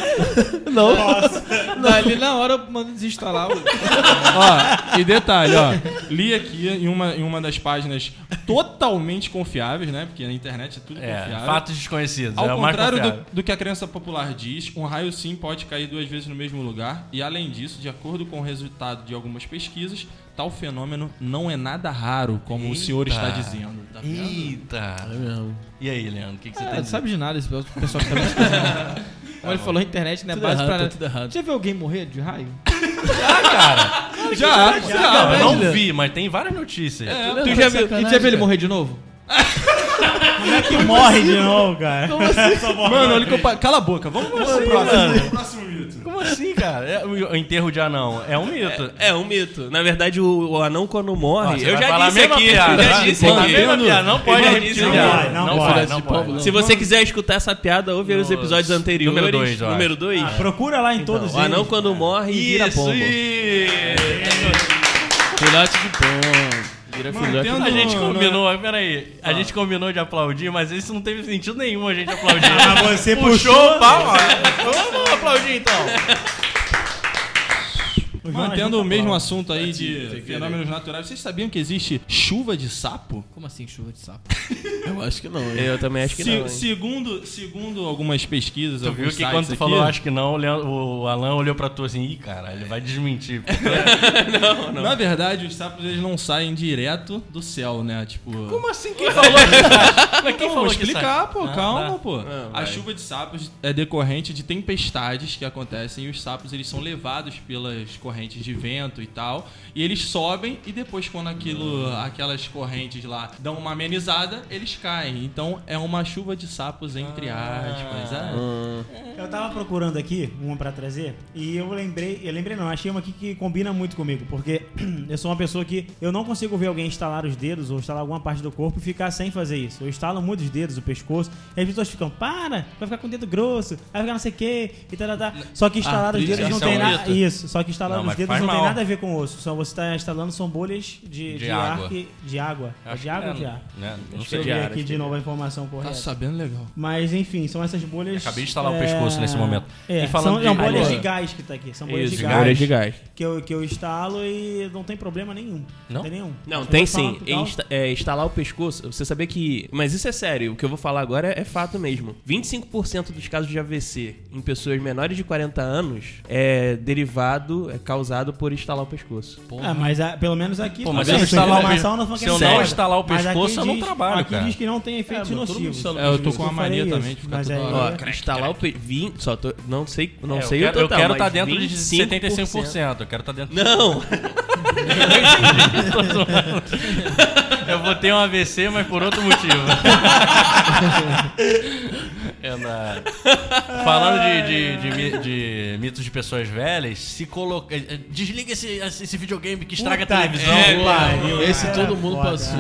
F: <laughs> Não. Ali na hora eu mando desinstalar o.
D: ó, e detalhe, ó. Li aqui em uma, em uma das páginas totalmente confiáveis, né? Porque na internet é tudo
B: É,
D: confiável.
B: fatos desconhecidos.
D: Ao
B: é o mais
D: contrário
B: confiável.
D: do, do que a crença popular diz, um raio sim pode cair duas vezes no mesmo lugar, e além disso, de acordo com o resultado de algumas pesquisas, tal fenômeno não é nada raro, como o senhor está
B: Eita.
D: dizendo. Tá vendo?
B: Eita. E aí, Leandro, o que, que você
F: Ah,
B: tem
F: não
B: de
F: sabe de nada esse pessoal que tá pesquisando. <laughs> Como ele falou, a internet não é
E: Tudo
F: base
E: errado,
F: pra
E: tá
F: nada.
E: tudo errado.
F: Já viu alguém morrer de raio?
B: cara?
D: Já, já.
B: Não, eu não vi, mas tem várias notícias.
F: tu <laughs> já viu, e tu já viu ele morrer de novo?
C: Como é que morre de novo, cara?
D: Mano, olha que eu pa- Cala a boca, vamos pro próximo.
B: Como assim, cara? É, o o enterro de anão é um mito.
G: É um mito. Na verdade, o, o anão quando
B: Ó,
G: morre.
B: você
G: eu
B: vai
G: já
B: falar
G: disse
B: a mesma
G: aqui,
B: piada,
G: eu já
B: tá?
G: disse
B: Tá
G: aqui.
B: vendo a piada? Não pode
G: já
B: repetir
G: disse
B: a
G: aqui.
B: piada.
C: Não
B: Não
C: pode,
B: pode,
E: não
B: não pode.
G: Se você quiser escutar essa piada, ouve os episódios anteriores.
B: número dois, eu acho. Ah,
G: Número 2.
C: Procura lá em todos
G: o
C: eles.
G: anão ah,
C: É.
G: quando morre e vira
B: Isso,
G: pombo.
B: e...
E: Filhote de pombo. Vira filhote
G: um
E: de
B: A gente
D: Não, não é.
B: combinou, peraí.
G: Ah.
B: A gente combinou de aplaudir, mas isso não teve sentido nenhum a gente
G: <laughs>
B: aplaudir.
C: Mas Ah, você
B: Puxou, palma. Vamos aplaudir então.
C: O Jonas
D: Mantendo
C: nunca
D: o mesmo
C: fala.
D: assunto aí
B: Tá
D: de
B: né?
D: fenômenos naturais, vocês sabiam que existe chuva de sapo?
F: Como assim, chuva de sapo?
E: Eu acho que não. hein?
G: Eu também acho que
D: Se-
G: não. hein?
D: segundo, segundo algumas pesquisas,
B: Tu viu
D: alguns
B: que
D: sites
B: quando tu
D: aqui-
B: falou, acho que não, o, Leandro- o Alan olhou pra tu assim, ih, cara, ele vai
G: <laughs>
B: desmentir.
D: Na verdade, os sapos eles não saem direto do céu, né? Tipo.
B: Como assim quem falou isso? Mas
D: Então,
B: quem
D: vou
B: falou
D: explicar, pô,
G: Ah,
D: calma,
B: né?
D: pô. a
G: vai.
D: chuva de sapos é decorrente de tempestades que acontecem e os sapos eles são levados pelas correntes de vento e tal, e eles sobem e depois quando aquilo, aquelas correntes lá dão uma amenizada, eles caem. Então é uma chuva de sapos entre
B: Ah.
D: aspas. é.
C: Eu tava procurando aqui uma pra trazer e eu lembrei, eu lembrei não, achei uma aqui que combina muito comigo, porque <clears throat> eu sou uma pessoa que eu não consigo ver alguém estalar os dedos ou estalar alguma parte do corpo e ficar sem fazer isso. Eu estalo muito os dedos, o pescoço, e as pessoas ficam, para, vai ficar com o dedo grosso, vai ficar não sei o que, e tal, tal, tal. Só que estalar os
D: Artrite,
C: dedos não
D: isso é
C: tem
D: um
C: nada.
D: mito.
C: Isso, só que estalar
B: Não,
C: os
B: mas
C: dedos
B: faz
C: não tem
B: mal.
C: nada a ver com o osso. Só você tá instalando são bolhas de, de,
B: De
C: ar
B: água.
C: que. De água?
G: tá.
C: É de água ou de ar?
B: Né? Não
C: Deixa
B: sei.
C: eu
G: de
C: ver
G: ar,
C: aqui
G: acho
C: de novo a informação
D: Tá
C: correta.
D: sabendo legal.
C: Mas enfim, são essas bolhas.
B: Acabei de estalar o pescoço nesse momento.
C: É,
B: E falando
C: são são
B: de-
C: bolhas
B: Agora.
C: de gás que tá aqui. São bolhas
G: Isso,
C: de
G: galera
C: gás,
G: é de gás.
C: Que, eu, que eu instalo e não tem problema nenhum.
B: Não?
C: tem nenhum.
G: Não,
C: Eu
G: tem
C: vou falar
G: sim.
C: no hospital.
G: Insta- é, instalar o pescoço, você saber que. Mas isso é sério, o que eu vou falar agora é, é fato mesmo. 25% dos casos de AVC em pessoas menores de 40 anos é derivado, é causado por instalar o pescoço.
C: Ah, mas ah, pelo menos aqui.
B: Pô,
C: tá
B: mas
C: bem,
B: se eu
C: essa
B: instalar o
C: informação
B: pe-
C: foi
B: se
C: que
B: eu
C: é
B: não
C: sério.
B: instalar o
C: Mas aqui
B: pescoço, eu não
C: diz-
B: trabalho,
C: Aqui
B: cara.
C: diz que não tem efeitos
E: mas todo mundo
C: nocivos.
E: instala o
D: É, eu tô
E: pescoço.
D: com uma
C: Eu falei
D: mania
C: isso,
D: também de ficar
C: mas é,
D: toda
C: aí-
D: hora.
G: Ó, instalar o pescoço. Só tô, não sei, não
B: É,
G: sei
B: eu quero,
G: o total.
B: eu quero
G: mas
B: tá dentro de
G: 25%.
B: 75%. Eu quero estar dentro.
G: Não!
B: Eu vou ter um AVC, mas por outro motivo. <laughs> é na... Falando de, de- de mi- de mitos de pessoas velhas, se coloca. Desliga esse, esse videogame que estraga a televisão.
E: Esse todo mundo passou.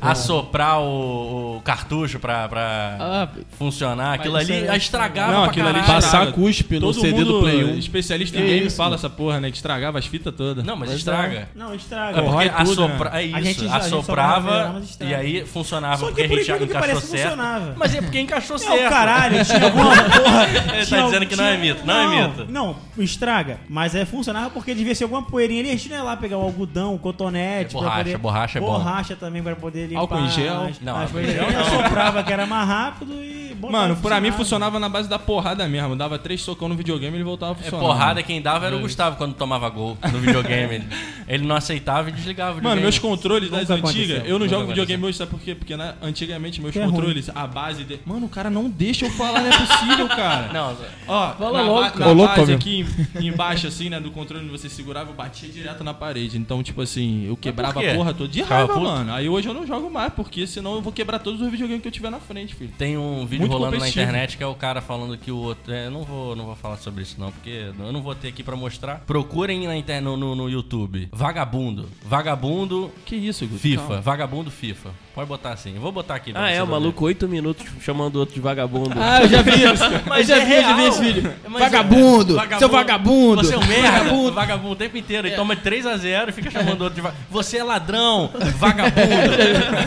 B: assoprar o, o cartucho pra, pra funcionar. Aquilo
F: Ah, Mas isso
B: ali
F: é-
B: estragava
D: Não,
B: pra
D: aquilo ali
B: caralho.
E: Passar
D: Estrada.
E: cuspe no
D: Todo
E: CD
D: mundo
E: do Play 1.
D: especialista em
E: Que
D: game
E: isso,
D: fala essa porra, né? Que estragava as fitas todas.
B: um. Não, mas estraga.
C: Não,
B: É
C: estraga.
B: porque
D: Corrói tudo,
B: assopra-
D: né?
B: é isso,
C: A gente- a gente soprava,
B: assoprava
C: mas estraga.
B: e aí funcionava
C: Só que
B: porque
C: por
B: a gente
C: incrível que
B: encaixou
C: pareça,
B: certo.
C: funcionava.
B: Mas é porque encaixou
C: É o
B: certo.
C: caralho, tinha alguma
B: <laughs>
C: porra.
B: Ele
C: tinha
B: tá dizendo
C: algum-
B: que não é mito, não é mito.
C: Não, estraga. Mas é funcionava porque devia ser alguma poeirinha ali. A gente não ia lá pegar o algodão, o cotonete.
B: É
C: pra
B: borracha,
C: poder-
B: borracha é bom.
C: Borracha também pra poder limpar.
D: Álcool em gel?
C: As,
B: Não,
C: as
B: álcool em
C: coisas.
B: gel
C: Eu
B: não.
C: soprava que era mais rápido e. botava
D: Mano, pra mim
C: funcionava.
D: funcionava na base da porrada mesmo. Dava três socão no videogame e ele voltava a
B: É
D: funcionar.
B: porrada quem dava era o Gustavo quando tomava gol no videogame. Ele- Ele não aceitava e desligava o
D: Mano,
B: videogame.
D: meus controles das
C: Nunca aconteceu,
D: antigas, eu não
B: nunca
D: jogo videogame hoje, sabe por quê? Porque né, antigamente meus
C: Que é
D: controles, a base de... Mano, o cara não deixa eu falar, não é possível, cara.
B: Não,
D: Ó,
E: Fala
D: na,
E: logo,
D: ba-
E: cara.
D: na
E: Ô, louco,
D: base
E: meu.
D: aqui em- embaixo, assim, né, do controle onde você segurava, eu batia direto na parede. Então, tipo assim, eu quebrava
B: quê?
D: a porra toda de
B: Ficava
D: raiva,
B: puto?
D: mano. Aí hoje eu não jogo mais, porque senão eu vou quebrar todos os videogames que eu tiver na frente, filho.
B: tem um vídeo
D: Muito
B: rolando na
D: competitivo.
B: internet que é o cara falando que o outro. é, eu não vou, não vou falar sobre isso, não, porque eu não vou ter aqui pra mostrar. Procurem na internet no, no- no YouTube. Vagabundo. Vagabundo
D: Que isso, Guto?
B: FIFA.
D: Calma.
B: Vagabundo FIFA. Pode botar assim. Eu vou botar aqui pra
G: Ah,
B: vocês
G: é, o
B: ouvirem.
G: maluco, oito minutos chamando o outro de vagabundo.
F: Ah, eu já vi isso. Mas
B: é
F: eu já vi, eu já vi esse vídeo. Vagabundo, seu vagabundo.
B: Você é um merda, vagabundo, o tempo inteiro. Ele toma 3x0 e fica chamando o outro de vagabundo. Você é ladrão,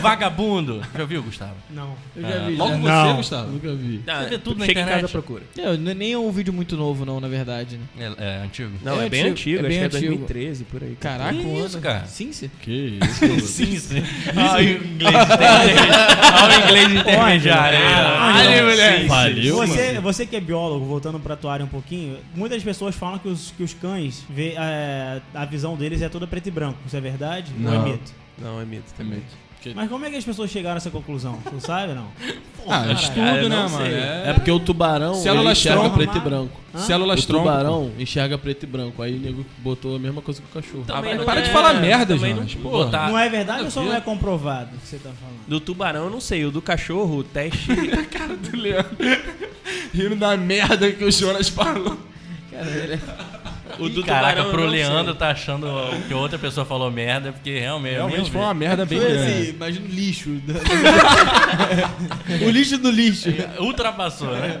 B: vagabundo, vagabundo. Já ouviu, Gustavo?
C: Não.
F: Eu já vi.
D: Logo
F: já.
D: você, Gustavo.
E: Nunca vi.
G: Ah,
B: Você vê tudo na
G: chega
B: internet.
G: em casa procura.
F: <laughs> Não, não é nem um vídeo muito novo, não, na verdade. Né?
B: É, é antigo.
G: Não, é,
F: É
G: bem antigo,
F: antigo, é
G: acho
F: bem
G: que é
F: antigo.
G: 2013, por aí.
F: Caraca,
B: Que
F: um
B: isso,
F: ano.
B: cara?
F: Sim, sim.
E: Que isso?
B: Sim, sim. Ah, o inglês intermediário. Ah, o inglês
G: <laughs>
B: intermediário. Caralho, moleque.
E: Valeu,
C: Você, você que é biólogo, voltando pra tua área um pouquinho, muitas pessoas falam que os, que os cães, vê, é, a visão deles é toda preto e branco. Isso é verdade? Ou é
G: Não.
C: mito?
G: Não, é mito também.
C: Mas como é que as pessoas chegaram a essa conclusão? Tu sabe não?
D: Ah,
G: cara,
D: estudo, né,
G: não
D: mano?
G: sei.
E: É
D: É...
E: porque o tubarão ele
D: Células
E: enxerga
D: tronco.
E: preto e branco.
C: Hã?
D: Células
E: o
D: tronco.
E: tubarão enxerga preto e branco. Aí o nego botou a mesma coisa que o cachorro.
F: Então,
D: Ah,
G: Também
D: mas
G: não
D: para
G: é-
D: de falar merda,
G: também
D: gente.
G: não-
D: Porra.
B: Pô, tá.
C: Não é verdade ou só não é comprovado que você tá falando?
G: Do tubarão, eu não sei. O do cachorro, o teste.
D: do Leandro. Rindo da merda que o Jonas falou.
G: o do
B: Caraca,
G: tubarão, eu
B: pro
G: não sei.
B: Leandro tá achando que outra pessoa falou merda, é porque realmente. eu nem
D: Realmente foi
B: ouvi.
D: uma merda bem
F: Foi assim,
D: grande.
F: imagina o
E: <laughs>
F: lixo. o lixo do lixo.
E: É,
B: Ultrapassou, né?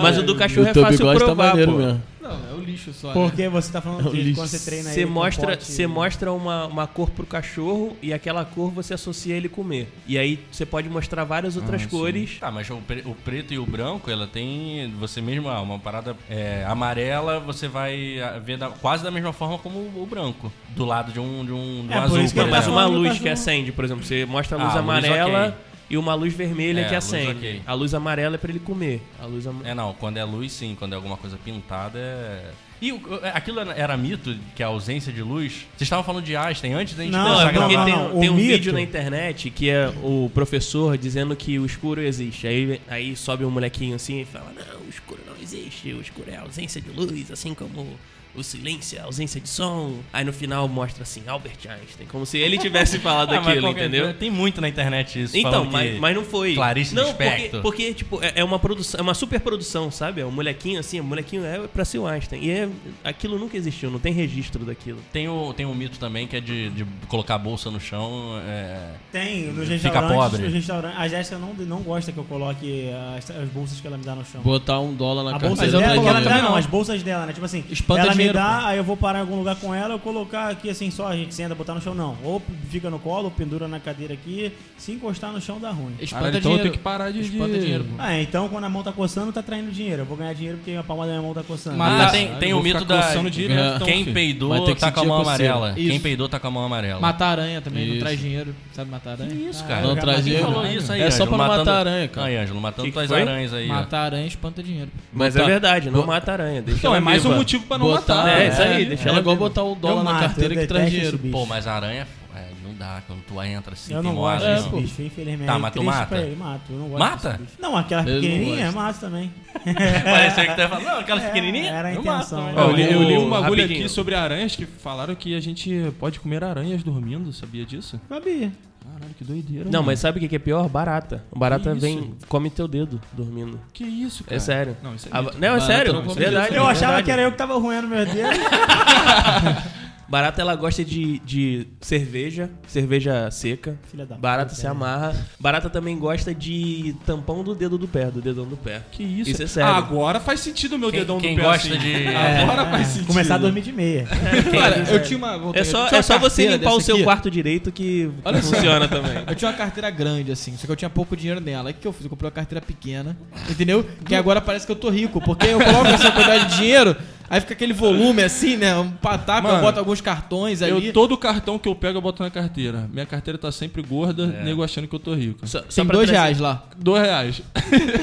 G: Mas o do cachorro é
E: teu
G: fácil
E: bigode tá
G: provar,
E: maneiro
G: pô.
E: mesmo.
F: Não, é o lixo só. né?
C: Porque você tá falando
E: um
C: que
E: lixo.
C: quando você treina
G: Você
C: ele com
G: mostra,
C: pote-
G: você mostra uma, uma cor pro cachorro e aquela cor você associa ele comer. E aí você pode mostrar várias outras cores.
B: Tá, mas o, pre- o preto e o branco, ela tem. Você mesmo, ah, uma parada é, amarela, você vai ah, ver da- quase da mesma forma como o, o branco. Do lado de um, de um, de um
C: É, por
B: azul,
C: isso que
B: por
C: eu
G: Mas
C: passo
B: exemplo.
G: uma
C: Mas no
G: luz
C: cachorro-
G: que acende, por exemplo. Você mostra a
B: Ah,
G: luz
B: luz,
G: amarela
B: ok.
G: e uma luz vermelha
B: É,
G: que
B: a luz,
G: acende.
B: ok.
G: A luz amarela é pra ele comer. A luz am...
B: É, não, quando é luz, sim, quando é alguma coisa pintada é. E o- aquilo era- era mito, que a ausência de luz? Vocês estavam falando de Einstein antes da gente
C: Não,
B: começar a
G: Não, é porque
B: gravar.
G: tem,
C: não,
G: tem
C: o
G: um
C: mito-
G: vídeo na internet que é o professor dizendo que o escuro existe. Aí, aí sobe um molequinho assim e fala: Não, o escuro não existe, o escuro é a ausência de luz, assim como o silêncio é a ausência de som. Aí no final mostra assim, Albert Einstein, como se ele tivesse falado
B: Ah, mas
G: aquilo,
B: qualquer-
G: entendeu?
B: Tem muito na internet isso.
G: Então,
B: falando
G: mas,
B: que-
G: mas não foi.
B: Clarice
G: não, porque,
B: Lispector.
G: porque, tipo, é, é uma produção, é uma super produção, sabe? É um molequinho assim, o molequinho é pra ser o Einstein. E é, aquilo nunca existiu, não tem registro daquilo.
B: Tem o, tem um mito também que é de, de colocar a bolsa no chão. É...
C: Tem, nos
B: Fica
C: restaurantes.
B: pobre.
C: Nos restaurantes. A Jéssica não, não gosta que eu coloque as, as bolsas que ela me dá no chão.
E: Botar um dólar na
C: A
E: carteira.
C: bolsa
E: Mas eu
C: dela,
E: tô
C: que ela me
E: ligado.
C: dá, não, as bolsas dela, né? Tipo assim,
E: Espanta
C: ela
E: dinheiro,
C: me dá, aí eu vou parar em algum lugar com ela, eu colocar aqui assim só, a gente senta, botar no chão, não. Ou fica no colo, ou pendura na cadeira aqui, se encostar no chão dá ruim.
D: Caralho,
F: Espanta
D: então eu tenho
F: dinheiro.
D: que parar de...
F: Espanta
D: de-
F: dinheiro, pô.
C: Ah, então quando a mão tá coçando, tá traindo dinheiro. Eu vou ganhar dinheiro porque a palma da minha mão tá coçando.
D: Mas-
B: Ah,
D: tá-
B: tem,
D: eu
B: tem
D: vou
B: o mito
D: ficar
B: da. É.
D: coçando direto, então,
B: Quem
D: filho.
E: Vai ter
B: peidou
E: que
B: tá com a
E: sentir
B: mão
E: a coceira.
B: amarela. Quem
F: Isso.
B: peidou tá com a mão amarela.
F: Matar aranha também, não
E: Isso.
F: traz dinheiro. Sabe matar aranha?
B: Isso, cara.
E: Não
B: Quem
E: traz dinheiro.
B: falou isso aí,
E: É só
B: Ângelo,
E: pra não matar
B: matando-
E: aranha, cara.
B: Aí, Ângelo, matando
G: Que que
B: tuas
G: foi?
B: aranhas aí. ó.
F: Matar aranha espanta dinheiro.
G: Mas é
B: Tá.
E: Botar-
G: verdade, não mata aranha. Deixa
D: Então,
G: ela
D: é mais
G: viva.
D: um motivo pra não
E: Botar-
D: matar.
G: É,
D: né?
G: isso aí, deixa
E: É
G: ela
E: igual
G: viva.
E: botar um
C: Eu
E: dólar na
C: mato, eu
E: carteira que
C: detesto
E: traz
C: esse
E: dinheiro.
C: bicho.
B: Pô, mas a aranha. é, não dá, quando tu entra assim,
C: Eu
B: tem
C: não
B: hora,
C: gosto
E: É,
C: desse
E: pô.
C: bicho, infelizmente.
B: Tá, mas tu
C: Triste
B: mata?
C: pra ele, mato, eu não gosto
B: Mata? <laughs>
C: <laughs> desse bicho. Não, aquela
E: Eu não
C: pequenininha,
E: gosto.
C: mata também.
B: Pareceu que tu ia falar, não, aquelas
C: É,
B: pequenininhas.
C: Era a
B: eu
C: intenção.
B: mato,
C: né?
B: mas-
D: Eu li, eu li um
G: Ô,
D: bagulho
G: rapidinho.
D: aqui sobre aranhas que falaram que a gente pode comer aranhas dormindo, sabia disso?
C: Sabia.
D: Caralho, que doideira.
G: Não,
D: mano.
G: mas sabe o que que é pior? Barata. Barata
D: Que
G: vem,
D: isso?
G: come teu dedo dormindo.
D: Que isso,
G: É
D: cara?
G: sério.
D: Não, isso é
G: A-
D: mito.
G: não, é
E: Barata
G: sério.
E: não come
G: verdade. é
E: dedo.
C: Eu achava
G: verdade.
C: que era eu que tava ruindo meu dedo.
G: Barata ela gosta de, de cerveja, cerveja seca.
C: Filha da
G: Barata
C: puta,
G: se
C: né?
G: amarra. Barata também gosta de tampão do dedo do pé, do dedão do pé.
D: Que isso?
G: Isso é sério.
D: Agora faz sentido o meu
B: Quem-
D: dedão
B: quem
D: do pé
B: gosta
D: assim. <laughs>
B: de-
D: Agora
C: É,
D: faz sentido.
C: Começar a dormir de meia.
F: Cara, eu tinha uma. voltei,
G: É
F: eu
G: só, é
F: tinha uma
G: só você
F: carteira
G: limpar o
F: dessa
G: seu
F: aqui.
G: quarto direito que
F: Olha só.
G: funciona também.
F: Eu tinha uma carteira grande, assim, só que eu tinha pouco dinheiro nela. Aí o que eu fiz? Eu comprei uma carteira pequena, entendeu? Que agora parece que eu tô rico, porque eu coloco essa quantidade de dinheiro, Aí fica aquele volume assim, né? Um pataco,
D: Mano,
F: eu boto alguns cartões ali.
D: Eu, todo cartão que eu pego, eu boto na carteira. Minha carteira tá sempre gorda, nego achando que eu tô rico.
G: Só, só
F: Tem
G: pra
F: dois
G: trazer-
F: reais lá.
D: Dois reais.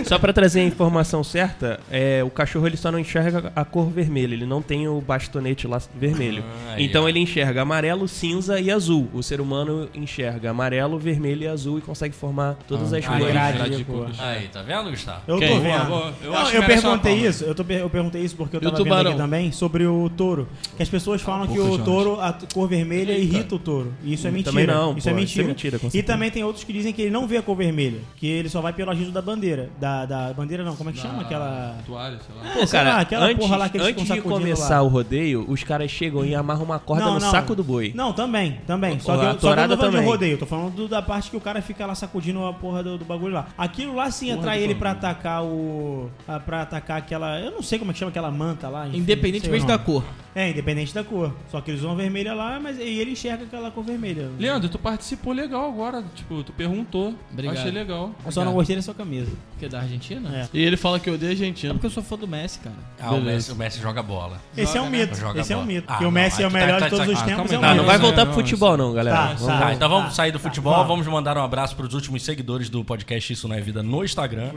G: Só pra trazer a informação certa, é, o cachorro ele só não enxerga a cor vermelha, ele não tem o bastonete lá vermelho.
B: Ah, aí,
G: então
B: ó.
G: ele enxerga amarelo, cinza e azul. O ser humano enxerga amarelo, vermelho e azul e consegue formar todas as
C: Ah,
G: cores.
C: grade,
D: grade de
C: pô.
D: cores.
B: Aí, tá vendo, Gustavo?
C: Eu
D: Quem?
C: tô
D: Boa,
C: vendo.
D: boa. Eu
C: Não,
D: acho que
C: eu
D: merece uma
C: perguntei
D: palma.
C: isso, eu, tô per- eu perguntei isso porque eu
E: E o
C: tava vendo
E: tubarão?
C: aqui também sobre o touro. Que as pessoas falam que
D: Poucas
C: o
D: horas.
C: touro, a t- cor vermelha, irrita o touro. E isso é
G: Hum,
C: mentira.
G: também não,
C: isso, é
G: pô, isso é
C: mentira.
G: mentira, com
C: e
G: certeza.
C: também tem outros que dizem que ele não vê a cor vermelha. Que ele só vai pelo agido da bandeira. Da, da bandeira não, como é que chama aquela.
D: Toalha, É, sei lá.
C: Pô,
G: Pô, cara,
C: lá, aquela
G: antes,
C: porra lá que eles ficam
G: antes de
C: sacudindo
G: começar
C: lá.
G: o rodeio, os caras chegam e amarram uma corda
C: Não,
G: no
C: não.
G: saco do boi.
C: Não, também, também. Só
G: Ou
C: que
G: a
C: eu, só que eu não tô
G: tourada
C: falando de
G: também.
C: rodeio, eu tô falando do- da parte que o cara fica lá sacudindo a porra do, do bagulho lá. Aquilo lá sim atrai ele pra atacar o. a- Pra atacar aquela. Eu não sei como é que chama aquela manta lá. enfim,
F: Independentemente
C: não sei o
F: da cor.
C: nome. É, independente da cor. Só que eles usam vermelha lá, mas e ele enxerga aquela cor vermelha.
D: Leandro, tu participou legal agora. Tipo, tu perguntou.
F: Obrigado.
D: Achei legal.
C: Eu só não gostei da sua camisa.
F: Porque é da Argentina?
C: É.
E: E ele fala que odeia
F: É
E: argentino.
F: porque eu sou fã do Messi, cara.
B: Ah, o Messi, o Messi joga bola.
C: Esse é um mito.
B: Joga
C: Esse é um
B: bola.
C: mito.
B: Ah,
C: que o
B: não,
C: Messi é o
B: mas tá-
C: melhor
B: tá-
C: de todos
B: tá-
C: os
B: calma
C: tempos.
D: aí,
C: é um
D: tá,
G: Ah, não
C: mito.
G: vai
D: Não,
G: voltar
D: não,
G: pro futebol, não, galera.
C: Tá,
G: Vamos-
C: tá.
B: Tá, então vamos
C: tá,
B: sair do
C: tá,
B: futebol,
C: vamos.
B: vamos mandar um abraço pros últimos seguidores do podcast Isso Não É Vida no Instagram.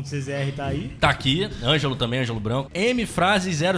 C: Gustavo.czr tá aí.
B: Tá aqui, Ângelo também, Ângelo Branco. M Frase 000.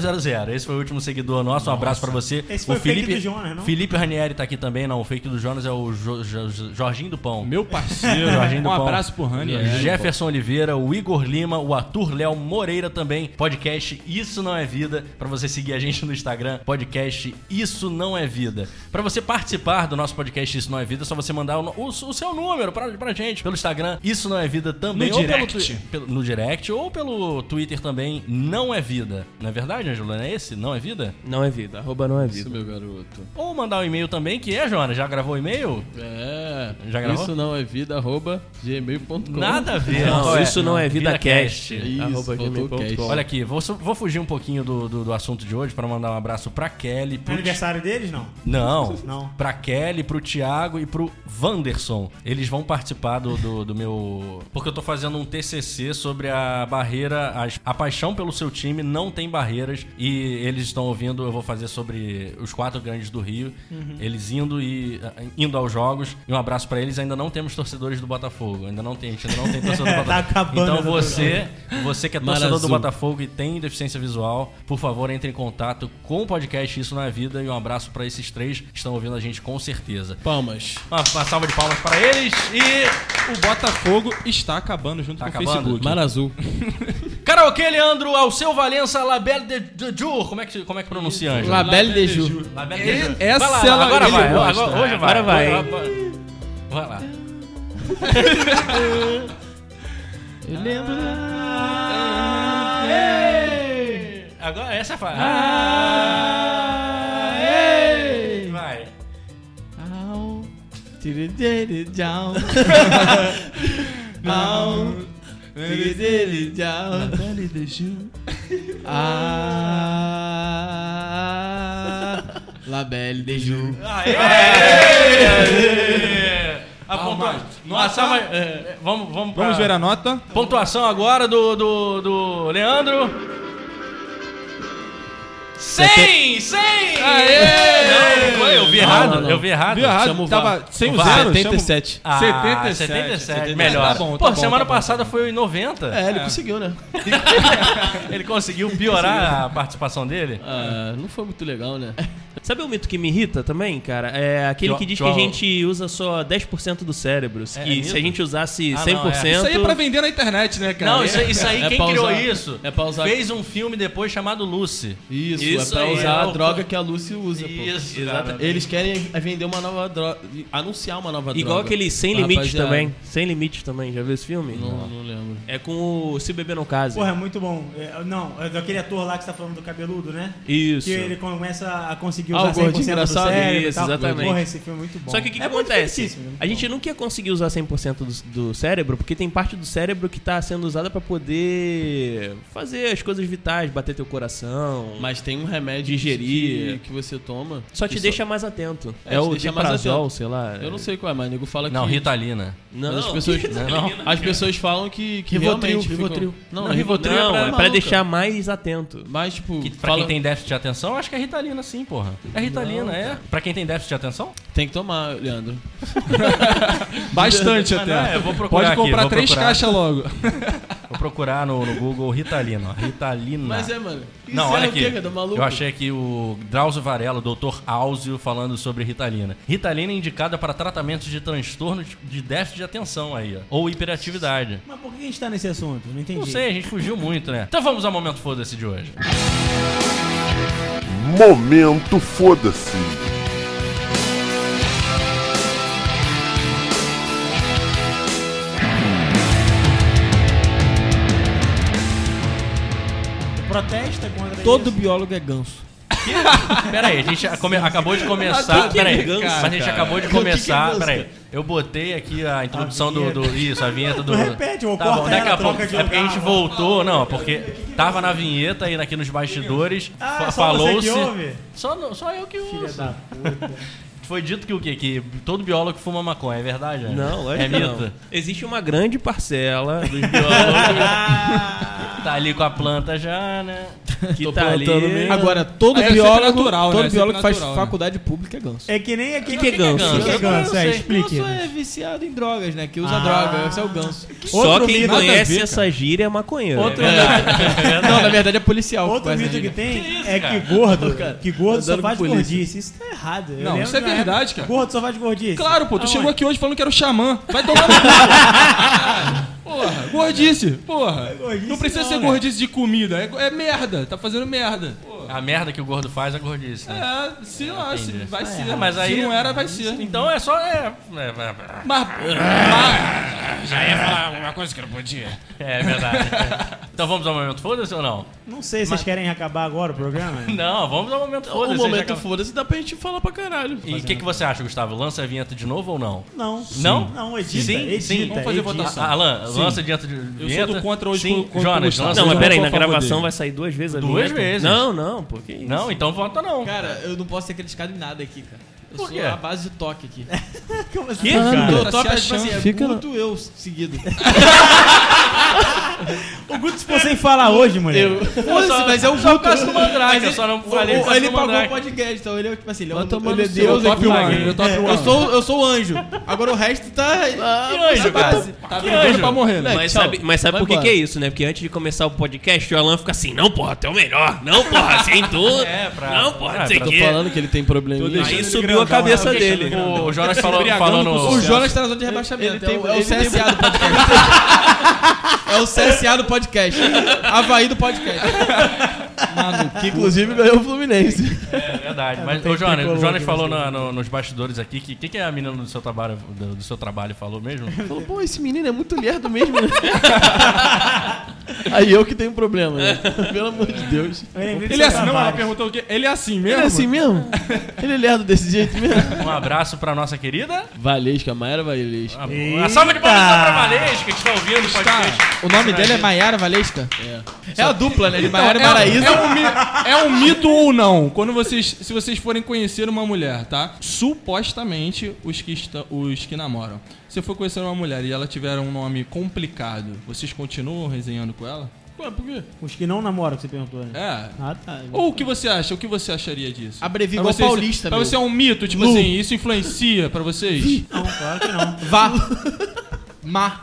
B: Esse foi o último seguidor nosso. Um abraço pra você.
C: Esse foi o fake do Jonas, não?
B: Felipe Ranieri tá aqui também, não. O fake do Jonas é o Jo- Jo- Jo- Jorginho do Pão.
D: Meu parceiro.
B: Jorginho do
D: um
B: Pão.
D: abraço pro Rani.
B: É, Jefferson Oliveira, o Igor Lima, o Arthur Léo Moreira também. Podcast Isso Não É Vida. Pra você seguir a gente no Instagram, podcast Isso Não É Vida. Pra você participar do nosso podcast Isso Não É Vida, é só você mandar o, o- o seu número pra, pra gente pelo Instagram Isso Não É Vida também.
D: No
B: ou
D: direct.
B: Pelo, twi- pelo- no direct ou pelo Twitter também, Não É Vida. Não é verdade, Angelo? Não é esse? Não É Vida?
G: Não é vida, arroba não é vida.
E: Isso, meu garoto.
B: Ou mandar um e-mail também, que é, Joana? Já gravou o e-mail?
E: É.
B: Já gravou?
E: Isso não é vida, arroba gmail.com.
B: Nada a ver.
G: Não,
B: é-
G: isso não é vida,
B: VidaCast.
G: cast.
E: Isso,
G: arroba
E: faltou
G: gmail ponto com.
E: cast.
B: Olha aqui, vou, su- vou fugir um pouquinho do, do, do assunto de hoje para mandar um abraço pra Kelly. Pro Ti-
C: Aniversário deles, não?
B: Não,
C: <laughs> Não.
B: pra Kelly, pro Thiago e pro Wanderson. Eles vão participar do, do, do meu. Porque eu tô fazendo um TCC sobre a barreira. as- A, paixão pelo seu time não tem barreiras. E eles estão ouvindo, eu vou fazer sobre os quatro grandes do Rio.
C: Uhum.
B: Eles indo e eh, indo aos jogos. E um abraço pra eles. Ainda não temos torcedores do Botafogo. Ainda não tem, a gente ainda não tem torcedor do
C: Tá <laughs>
B: Botafogo.
C: acabando
B: então
C: essa
B: você, você que é torcedor do
E: Marazul.
B: Botafogo. Botafogo e tem deficiência visual, por favor, entre em contato com o podcast Isso na Vida e um abraço pra esses três que estão ouvindo a gente com certeza.
E: Palmas.
B: Uma, uma salva de palmas pra eles e
D: O Botafogo está acabando junto
B: Tá
D: com
B: acabando?
D: o Facebook.
E: Mar Azul.
B: Karaokê Leandro Alceu Valença Labelle de, de Jour. Como é que como é que pronuncia, Anjo?
F: La Belle de Ju.
B: Labelle de Jour.
D: Essa
B: vai lá,
D: ela-
B: agora
D: ele
B: vai,
D: gosta.
B: agora, hoje vai.
G: Agora vai,
B: Vai lá.
F: Eu lembro.
B: Agora essa é fala. Vai.
F: Au, tiri-diri, tchau. Au, tiri-diri, tchau. Ah, La Belle de Ju.
B: A pontua... Nossa, É. mas... é, Vamos, vamos, pra-
D: Vamos ver a nota?
B: Pontuação agora do, do, do Leandro. 100! 100! Aê! Não, foi, eu vi errado,
E: não, não.
B: eu vi errado.
D: Viu errado?
E: chama o
D: Tava
E: VAR.
D: sem o
B: VAR,
D: zero.
E: 77.
B: Ah,
D: 77,
B: 77,
D: 77,
B: melhor.
D: tá bom, tá
B: Pô,
D: bom,
B: semana
D: tá bom.
B: passada foi em 90.
E: É, ele conseguiu, né?
B: Ele conseguiu piorar a participação dele.
E: Ah, não foi muito legal, né?
G: Sabe o mito que me irrita também, cara? É aquele
B: Tchau,
G: que diz que
B: tchau.
G: a gente usa só 10% do cérebro.
B: É,
G: e
B: é
G: se
B: mito?
G: a gente usasse
B: Ah, não,
G: 100%.
B: é.
D: Isso aí é pra vender na internet, né, cara?
B: Não, isso, isso aí,
E: É
B: quem
E: pra
B: criou
E: usar-
B: isso?
E: é pra usar-
B: Fez um filme depois chamado Lucy.
E: <laughs> Isso,
B: Isso
E: é pra
B: aí,
E: usar
B: é
E: a
B: o-
E: droga que a Lucy usa, pô.
B: Isso,
E: Exato.
B: cara.
E: Eles querem vender uma nova droga. Anunciar uma nova droga.
G: Igual aquele Sem
E: pra
G: Limites
E: rapaziada.
G: também. Sem Limites também. Já viu esse filme?
E: Não, não lembro.
G: É com o Se Beber Não Case.
C: Porra, é muito bom. É, não, é daquele ator lá que você tá falando do cabeludo, né?
G: Isso.
C: Que ele começa a conseguir
E: Ah,
C: usar
E: o
C: 100%
E: gordinho
C: do
E: engraçado?
C: cérebro
G: Isso,
C: e tal.
G: exatamente.
C: Porra, esse filme é muito bom.
G: Só que o que, que
C: É muito
G: acontece?
C: fictício, né?
G: A gente não quer conseguir usar 100% do, do cérebro, porque tem parte do cérebro que tá sendo usada pra poder fazer as coisas vitais, bater teu coração.
E: Mas tem tem um remédio
G: Digerir.
E: que, que você toma.
G: Só te
E: que
G: deixa mais atento.
E: É,
G: É,
E: te
G: o
E: deixa mais
G: diprazol,
E: atento.
G: sei lá.
E: Eu não sei qual é, mas o nego fala
B: Não,
E: que.
B: Ritalina.
G: Não,
E: As pessoas, as pessoas falam que, que
G: Rivotril,
E: realmente ficam-
G: Rivotril.
E: Não,
G: Não,
E: não, Rivotril é
G: não,
E: pra,
G: é pra
E: maluco.
G: deixar mais atento.
E: Mas, tipo,
B: Que, pra
E: fala,
B: quem
E: tem...
B: tem déficit de atenção, acho que é Ritalina sim, porra. É Ritalina, é? Pra quem tem déficit de atenção?
E: que tomar, Leandro.
A: Bastante até.
B: Ah, não, eu vou procurar
A: Pode
B: aqui,
A: comprar
B: vou
A: três
B: procurar.
A: caixas logo.
B: Vou procurar no, no Google Ritalina. ó. Ritalina.
E: Mas é, mano. Isso
B: Não,
E: é
B: olha
E: o
B: aqui.
E: quê, cara, do maluco?
B: Eu achei aqui o Drauzio Varela, o Dr. Áuzio, falando sobre Ritalina. Ritalina é indicada para tratamentos de transtorno de- de déficit de atenção aí, ó. Ou hiperatividade.
C: Mas por que a gente tá nesse assunto? Não entendi.
B: Não sei, a gente fugiu muito, né? Então vamos ao momento foda-se de hoje.
H: Momento foda-se.
C: Protesta contra
F: Todo
C: isso.
F: biólogo é ganso.
B: Peraí, a gente come- acabou de começar. Peraí, mas a gente acabou de começar. Peraí, eu botei aqui a introdução do, do- Isso, a vinheta do.
C: Não repete, ou
B: Tá bom,
C: corta
B: daqui
C: ela,
B: a pouco.
C: troca de
B: É porque a
C: lugar.
B: gente voltou, não, porque tava na vinheta e aqui nos bastidores. fa-
C: Ah, só
B: Falou-se.
C: você que ouve?
B: Só, no- só eu que
C: Filha
B: ouço.
C: da puta.
B: Foi dito que o quê? Que todo biólogo fuma maconha, é verdade? Ana?
G: Não,
B: é
G: lógico que
B: mito.
G: não. Existe uma grande parcela dos
B: <laughs>
G: biólogos
B: Tá ali com a planta já, né?
G: que tá ali.
F: Agora, todo
D: É, é
F: biólogo,
D: sempre natural, né?
F: todo
D: É sempre
F: biólogo que faz
D: natural, né?
F: faculdade pública é ganso.
C: É que nem aqui.
G: que é ganso?
C: O que é
B: Eu não
C: ganso? É,
B: sei.
C: explique.
F: Ganso é viciado em drogas, né? Que usa
C: Ah.
F: droga, esse é o ganso.
G: Só
C: Outro
G: quem
C: mito-
G: conhece
F: Nada a ver,
G: essa gíria é maconheiro.
F: Outro-
G: É.
F: Não, na verdade é policial.
C: Outro
F: faz
C: mito
F: isso.
C: que tem
B: isso,
C: é
B: cara?
C: que gordo, que gordo só
E: andando
C: faz
E: com polícia.
C: gordice. Isso tá errado. Eu
D: Não,
C: lembro
D: isso é
C: que na época,
D: verdade, cara.
C: Gordo só faz gordice.
D: Claro, pô, tu
C: Aonde?
D: chegou aqui hoje falando que era o xamã. Vai tomar no cu. Porra, gordice, porra.
C: gordice
D: não precisa
C: não,
D: ser
C: né?
D: gordice de comida, é, é merda, tá fazendo merda. Porra.
B: A merda que o gordo faz é gordice, né?
D: É, se lá, se,
B: Entendi.
D: vai ser.
B: É, mas aí-
D: se não era, vai ser.
B: Então é só. É, é,
D: Mas,
B: já ia falar uma coisa que não podia. É verdade. então vamos ao momento foda-se ou não?
C: Não sei, vocês querem acabar agora o programa?
B: Não, vamos ao momento
E: O
B: foda-se. já
E: momento
B: acabou.
E: foda-se dá pra gente falar pra caralho.
B: E o que, que você acha, Gustavo? Lança a vinheta de novo ou não?
C: Não.
B: Não?
C: Não, edita.
B: Sim,
C: edita,
B: sim. Vamos
D: fazer
C: edita.
D: votação.
B: A- Alan, lança a vinheta de vinheta.
D: sou do contra hoje
B: sim.
D: com- com- com o
B: Jonas,
D: Gustavo.
B: lança
G: Não,
B: a
G: mas
D: eu
B: vinheta.
G: peraí,
D: não vou
G: na
D: a favor
G: gravação
D: dele.
G: vai sair duas vezes a
B: Duas
G: vinheta?
B: vezes.
G: Não, não, por que isso?
B: Não, então vota não.
F: Cara, eu não posso ser criticado em nada aqui, cara. Eu
B: Por
F: sou
B: quê?
F: a base de toque aqui.
C: Como assim,
F: Eu
C: cara?
F: tô
D: Tá
F: top,
D: se
F: é, tipo assim, é
E: Fica
F: muito eu seguido.
C: O Guto ficou sem falar hoje, mulher.
F: Foda-se, mas é o
B: Só por
F: Guto.
B: causa do Mandrake, eu só não
F: O-
B: falei por
F: o-
B: causa
F: Ele
B: do
F: pagou o
B: Mandrake.
F: podcast, então ele é tipo assim, ele é,
E: Vai
F: um,
E: tomar
F: ele é
E: no seu,
F: Deus
D: top
F: aqui,
D: one,
F: mano.
D: ele é top
F: É,
D: one.
F: Eu sou, eu sou o anjo. Agora o resto tá.
B: Que anjo, cara.
D: tá
B: Que
D: brigando
B: anjo.
D: pra morrer, né?
G: Mas sabe, mas sabe
E: Vai
G: por que,
E: embora.
G: que é isso, né? Porque antes de começar o podcast, o Alan fica assim, não, porra, tu é o melhor. Não, porra, sem tu.
B: É, pra-
G: Não, porra,
B: Ah,
G: não sei
B: eu
G: o
E: Tô
G: quê.
E: falando que ele tem probleminha.
G: Aí subiu a cabeça dele.
B: O Jonas falou,
F: O
B: falando.
F: Jonas tá na zona de rebaixamento.
E: ele
F: é,
E: tem-
F: o, é o
E: ele tem-
F: CSA do podcast. é o CSA do podcast. Havaí do podcast. <laughs> Mano,
E: Que inclusive ganhou o Fluminense.
B: É verdade. Mas o Jonas, o Jonas falou na- no- nos bastidores aqui que o que, que a menina do seu trabalho, do, do seu trabalho falou mesmo?
E: Falou, pô, esse menino é muito lerdo mesmo. né? <laughs> Aí eu que tenho problema, né? <laughs> Pelo amor de Deus.
D: ele é assim, não, ela perguntou o quê? Ele é assim mesmo?
E: Ele é assim mesmo? Ele é lerdo desse jeito mesmo?
B: Um abraço pra nossa querida.
E: Valesca, Maera Valesca.
B: A, a salva de palmas pra Valesca que está ouvindo o podcast.
F: o nome dele é Maiara Valesca? É. É a dupla, né? De Maiara e
D: é,
F: Maraísa.
D: é um mi- é um mito ou não? Quando vocês, se vocês forem conhecer uma mulher, tá? Supostamente os que estão, os que namoram. Se for conhecer uma mulher e ela tiver um nome complicado, vocês continuam resenhando com ela? Ué, por quê?
C: Os que não namoram, que você perguntou, né?
D: É.
C: Ah, tá.
D: Ou o que você acha? O que você acharia disso?
F: Abrevia
D: Pra
F: igual
D: vocês-
F: paulista,
D: Pra
F: meu.
D: você é um mito, tipo
F: Lu.
D: assim, isso influencia pra vocês?
C: Não, claro que não.
F: Vá. Má.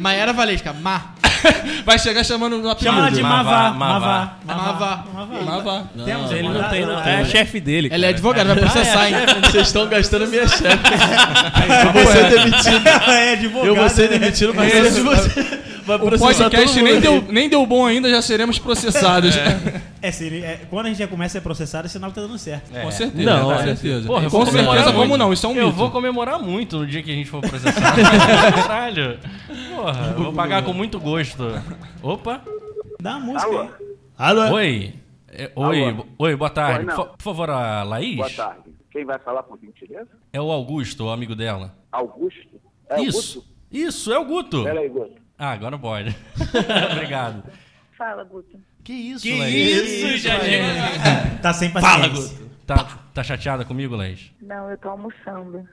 F: Maiara Valesca. Má.
D: <laughs> Vai chegar chamando no apelido.
C: Chama ela de Mavá.
B: Mavá,
C: Mavá.
F: Mavá.
D: Lá vai.
C: Temos
G: Ele
C: ela?
G: não tem, não.
C: Ela-
G: É a chefe dele.
F: Ela é
G: cara.
F: advogada, vai processar, hein?
E: né, Vocês estão gastando minha chefe. Eu vou ser demitido.
C: Ela <laughs> é advogada.
E: Eu vou ser
C: né?
E: demitido, mas
D: É
E: de
D: isso.
E: você. Vai
D: O
E: processar
D: podcast
E: todo mundo.
D: nem deu, nem deu bom ainda, já seremos processados.
C: É, seria- é, quando a gente já começa a ser processado, é sinal que tá dando certo.
B: É.
D: <laughs> Com certeza.
G: Não,
D: com
G: é.
D: certeza.
B: Porra, eu vou
D: com certeza,
B: comemorar
D: como
B: muito.
D: não? Isso é um
B: Eu
D: mito.
B: vou comemorar muito no dia que a gente for <laughs> processado. Caralho. Porra, eu vou pagar com muito gosto. Opa.
C: Dá uma música aí.
B: Oi. É, Oi, bo- oi, boa tarde. Por, fa- por favor, a Laís?
I: Boa tarde. Quem vai falar, por gentileza?
B: É o Augusto, o amigo dela.
I: Augusto? É
B: Isso.
I: Augusto?
B: Isso, é o Guto.
I: Pera aí, Guto.
B: Ah, agora pode. <laughs> Obrigado.
J: Fala, Guto.
B: Que isso,
G: Que
B: Laís?
G: isso, já chega.
C: <laughs> Tá sem
G: Fala,
C: paciência.
G: Guto.
B: Tá, tá chateada comigo, Laís?
J: Não, eu tô almoçando.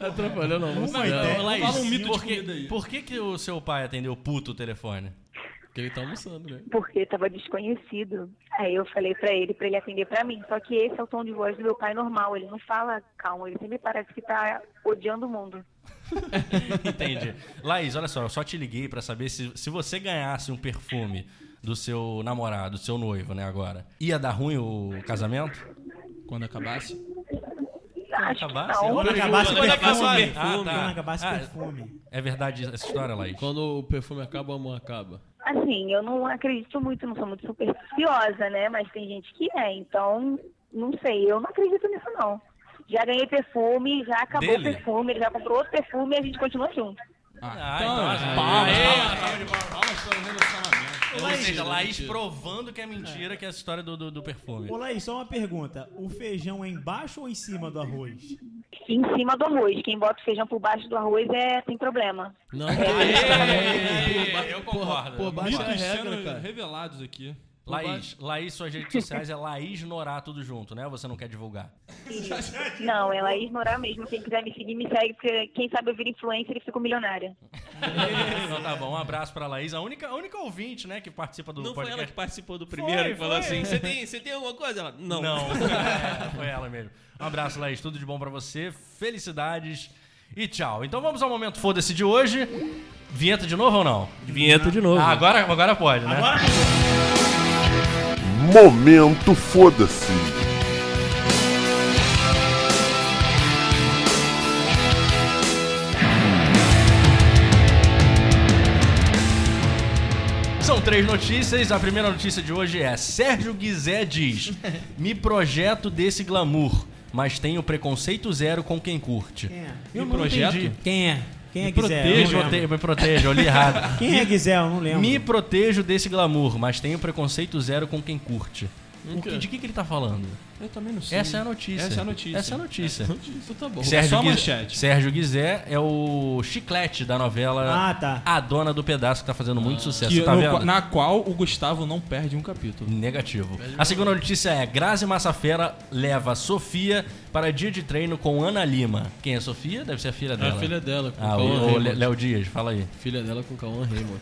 E: Atrapalhando a moça.
B: Não, Laís,
A: fala um mito de
B: por que,
A: comida aí.
B: Por que, que o seu pai atendeu puto o telefone?
E: Porque ele tá almoçando, né?
J: Porque tava desconhecido. Aí eu falei pra ele, pra ele atender pra mim. Só que esse é o tom de voz do meu pai normal. Ele não fala calmo, ele sempre parece que tá odiando o mundo.
B: <laughs> Entendi. Laís, olha só, eu só te liguei pra saber se, se você ganhasse um perfume do seu namorado, do seu noivo, né, agora, ia dar ruim o casamento?
D: Quando acabasse.
J: Acho que
B: acabasse?
J: não.
C: Quando acabasse o
B: Quando acabasse o
C: perfume.
B: perfume. Ah, tá.
C: Quando acabasse o
B: Ah,
C: perfume.
B: É verdade essa história, Laís?
E: Quando o perfume acaba, o amor acaba.
J: Assim, eu não acredito muito, não sou muito supersticiosa, né? Mas tem gente que é, então não sei, eu não acredito nisso não. Já ganhei perfume, já acabou
B: Dele?
J: o perfume, ele já comprou outro perfume e a gente continua junto.
B: Ah,
D: então,
B: então,
D: é.
B: palmas,
D: Aê,
B: palmas, palmas.
D: Palmas pelo relacionamento.
B: Ou seja, Laís provando que é mentira, que é a história do, do, do perfume.
C: Ô, Laís, só uma pergunta. O feijão é embaixo ou em cima do arroz?
J: Em cima do arroz, quem bota o feijão por baixo do arroz é sem problema.
E: Não, que isso,
B: eu concordo.
E: Pô, baixa a
D: Mitos
E: regra,
D: sendo
E: cara.
D: revelados aqui.
B: Laís, Laís, suas redes sociais é Laís Norá, tudo junto, né? Você não quer divulgar.
J: Não, é Laís Morar mesmo. Quem quiser me seguir, me segue, porque quem sabe eu viro influencer e fico milionária.
B: Então tá bom, um abraço pra Laís, a única, a única ouvinte, né, que participa do
G: Não foi ela que
B: podcast.
G: participou do primeiro
B: Foi,
G: e
B: foi.
G: falou assim: você tem, você tem alguma coisa? Ela, não.
B: Não, <laughs> é, foi ela mesmo. Um abraço, Laís, tudo de bom pra você, felicidades e tchau. Então vamos ao momento foda-se de hoje. Vinheta de novo ou não?
G: Vinheta de novo.
B: Ah, agora, agora pode, né?
H: Momento foda-se.
B: São três notícias. A primeira notícia de hoje é: Sérgio Guizé diz: Me projeto desse glamour, mas tenho preconceito zero com quem curte.
C: Eu
D: não projeto? entendi.
C: Quem é? Quem é
B: Me
C: Guizé? Eu
B: protejo,
C: não
B: prote-
C: lembro.
B: me protejo, eu li errado.
C: Quem é Guizé? <laughs> Eu não lembro.
B: Me protejo desse glamour, mas tenho preconceito zero com quem curte. O que- de que, que ele tá falando?
D: Eu também não sei.
B: Essa é a notícia.
D: Essa é a notícia.
B: Essa é a
D: <laughs>
B: notícia.
D: Isso tá bom.
B: Sérgio,
D: Só a
B: Guiz-
D: manchete.
B: Sérgio Guizé é o chiclete da novela
C: Ah, tá.
B: A Dona do Pedaço, que tá fazendo muito sucesso.
D: Ah. Que-
B: tá
D: no
B: vendo?
D: qua- na qual o Gustavo não perde um capítulo.
B: Negativo. A segunda notícia é: Grazi Massafera leva Sofia para dia de treino com Ana Lima. Quem é Sofia? Deve ser a filha
E: É
B: dela.
E: a filha dela, com
B: Ah,
E: Cauã
B: o, o
E: Raymond.
B: Le- Léo Dias, fala aí.
E: Filha dela com Cauã Raymond.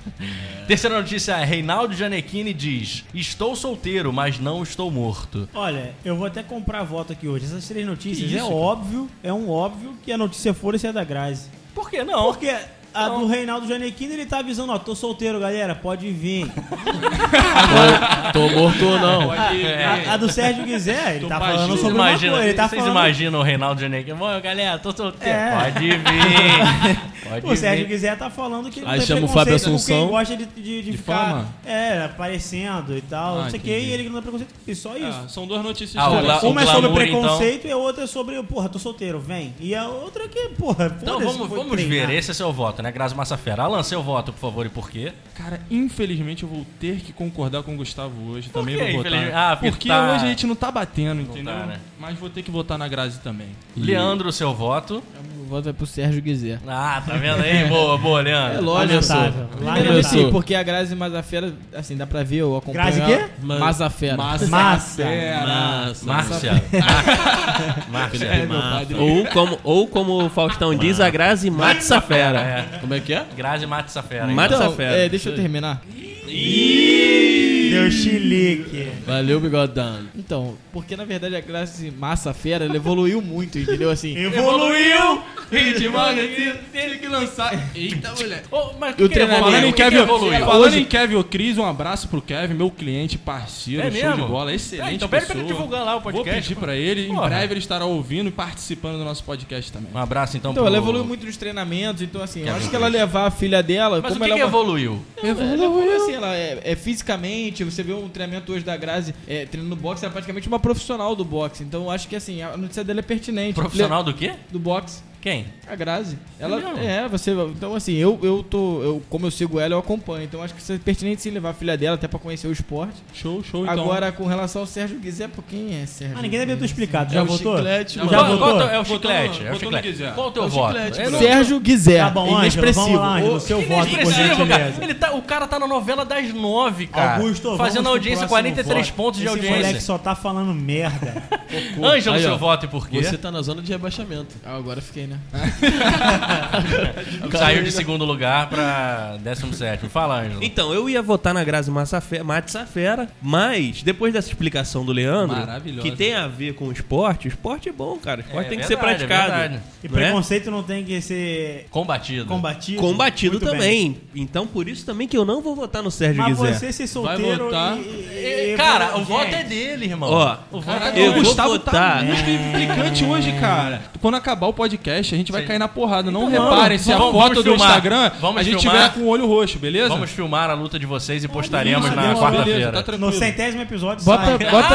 B: Terceira notícia é: Reinaldo Gianecchini diz: Estou solteiro, mas não estou morto.
C: Olha, eu vou até comprar voto aqui hoje. Essas três notícias,
B: Que isso,
C: é
B: cara?
C: óbvio, é um óbvio que a notícia foda-se é da Grazi.
B: Por que não?
C: Porque a do Reinaldo Janequino, ele tá avisando, ó, tô solteiro, galera, pode vir.
E: Tô morto ou não.
C: A, a do Sérgio Guizé, ele tá falando
B: vocês
C: sobre uma coisa,
B: imaginam,
C: ele tá
B: vocês
C: falando...
B: imaginam o Reinaldo Gianecchini? Bom, galera, tô solteiro.
C: É.
B: Pode vir. Pode
C: O Sérgio
B: vir.
C: Guizé tá falando que ele
E: Aí
C: tem
E: chama o
C: preconceito
E: Fábio
C: com
E: Assunção.
C: Quem gosta de, de, de
D: De
C: ficar,
D: fama?
C: É, aparecendo e tal,
D: Ah,
C: não sei o que,
D: entendi.
C: e ele que não tem preconceito, e só isso.
D: Ah, são duas notícias
B: É Ah, o
D: diferentes.
B: Gla-
C: Uma é sobre
B: glamour, então.
C: preconceito e a outra é sobre, porra, tô solteiro, vem. E a outra é que, porra,
B: Então
C: foda-se,
B: vamos,
C: vou
B: vamos ver,
C: treinar.
B: esse é seu voto, né? Grazi Massafera. Alan, seu voto, por favor, e por quê?
D: Cara, infelizmente eu vou ter que concordar com o Gustavo hoje. também
B: quê,
D: vou votar.
B: infelizmente? Ah, porque
D: porque
B: tá-
D: hoje a gente não tá batendo, entendeu?
B: tá, né?
D: Mas vou ter que votar na Grazi também.
B: Leandro, seu voto.
E: O voto é pro Sérgio Guizé.
B: Ah, tá vendo aí? Boa, boa, Leandro.
E: É lógico.
C: Lamentável,
E: Primeiro
C: lamentável.
E: eu sei,
F: Porque a Grazi Mazafera, assim, dá pra ver, eu acompanho
C: Grazi
F: ela.
C: quê?
F: Mazafera.
C: Massa.
B: É. Márcia. Márcia.
D: É, meu padre.
G: Ou como, ou como o Faustão diz, a Grazi mata essa fera.
B: É.
E: Como é que é?
B: Grazi Matsafera. hein?
G: Mata essa
F: Então,
G: fera.
F: é, deixa eu terminar.
C: Deu chilique.
E: Valeu, bigodão.
F: Então, porque na verdade a Grazi Massafera, ela evoluiu muito, entendeu? Assim,
C: Evoluiu!
D: Teve que lançar. Eita, mulher.
B: Ô, mas o
F: E
B: que
F: o
B: que
F: treinamento?
B: evoluiu?
D: Falando
B: O
D: em
B: que que
D: Kevin,
B: evoluiu?
D: falando
F: Hoje-
D: em Kevin O'Cris, um abraço pro Kevin, meu cliente, parceiro,
B: É
D: show
B: mesmo?
D: de bola, excelente
B: É, então pede pra
D: pessoa.
B: ele divulgar lá o podcast,
D: Vou pedir pra ele,
B: Porra.
D: em breve ele estará ouvindo e participando do nosso podcast também.
B: Um abraço então,
F: então,
B: pro...
F: ela evoluiu muito nos treinamentos, então assim, eu acho que ela levar a filha dela,
B: Mas
F: como
B: o que,
F: ela
B: que
F: é uma-
B: evoluiu?
F: Ela evoluiu assim, ela é, é fisicamente, você vê um treinamento hoje da Grazi é, treinando boxe, ela é praticamente uma profissional do boxe. Então eu acho que assim, a notícia dela é pertinente.
B: Profissional do quê?
F: Le- do boxe.
B: Quem?
F: A Grazi. Ela,
B: mesmo?
F: é, você. Então, assim, eu, eu tô. Eu, como eu sigo ela, eu acompanho. Então, acho que isso é pertinente se levar a filha dela até pra conhecer o esporte.
D: Show, show, então.
F: Agora, com relação ao Sérgio Guizé, pô, quem é Sérgio?
C: Ah, ninguém deve ter
F: Guizé?
C: explicado. Já
E: É o
C: votou?
E: chiclete,
C: Já
E: mano.
B: Qual- qual
C: votou?
B: teu- é o
D: Votou
B: chiclete,
D: no-
B: é o
D: votou no
B: chiclete.
D: Guizé.
B: Qual o
E: É
B: teu
E: o
B: voto?
E: chiclete,
B: É,
E: bro.
F: né?
B: não-
F: Sérgio Guizé.
C: Tá bom, Ângelo,
F: inexpressivo.
C: vamos lá, Ângelo. Seu
D: um
C: voto, por
B: Inexpressivo, cara.
C: gentileza.
B: Ele tá, o cara tá na novela das nove, cara.
C: Augusto, vamos
B: fazendo
C: pro
B: audiência,
C: próximo
B: 43
C: voto.
B: pontos de
C: Esse moleque
B: audiência.
C: só tá falando merda.
B: Ângelo,
E: Aí, ó.
B: seu voto e por quê?
E: Você tá na zona de rebaixamento.
F: Ah, agora fiquei, né?
B: <laughs> Saiu de segundo lugar pra 17. Fala, Ângelo.
G: Então, eu ia votar na Grazi Massafe- Matsafera, mas depois dessa explicação do Leandro,
D: Maravilhosa.
G: que tem a ver com o esporte, o esporte é bom, cara. O esporte
B: É
G: tem que
B: verdade,
G: ser
B: é
G: praticado.
B: verdade. <laughs>
C: E
G: não é?
C: preconceito não tem que ser
B: Combatido.
C: combatido.
G: Combatido
C: Muito bem.
G: também. Então, por isso também que eu não vou votar no Sérgio
C: Mas
G: Guizé.
C: você ser solteiro
D: votar?
C: e- e-
B: E,
C: e-
B: Cara, o
C: Gente,
B: voto é dele, irmão.
G: Ó,
B: o voto é
D: Caralho,
G: eu
D: o
G: vou
D: Gustavo tá
G: votar.
D: muito implicante hoje, cara. Quando acabar o podcast, a gente vai
B: Sim.
D: cair na porrada. Não
B: Então,
D: reparem,
B: vamos-
D: se a
B: vamos-
D: foto
B: vamos
D: do
B: filmar.
D: Instagram,
B: Vamos
D: a gente
B: filmar.
D: tiver com o olho roxo, beleza?
B: Vamos filmar a luta de vocês e postaremos na
D: Beleza,
B: quarta-feira.
D: Tá
C: No
D: tranquilo.
C: centésimo episódio
E: Bota,
C: sai.
E: bota.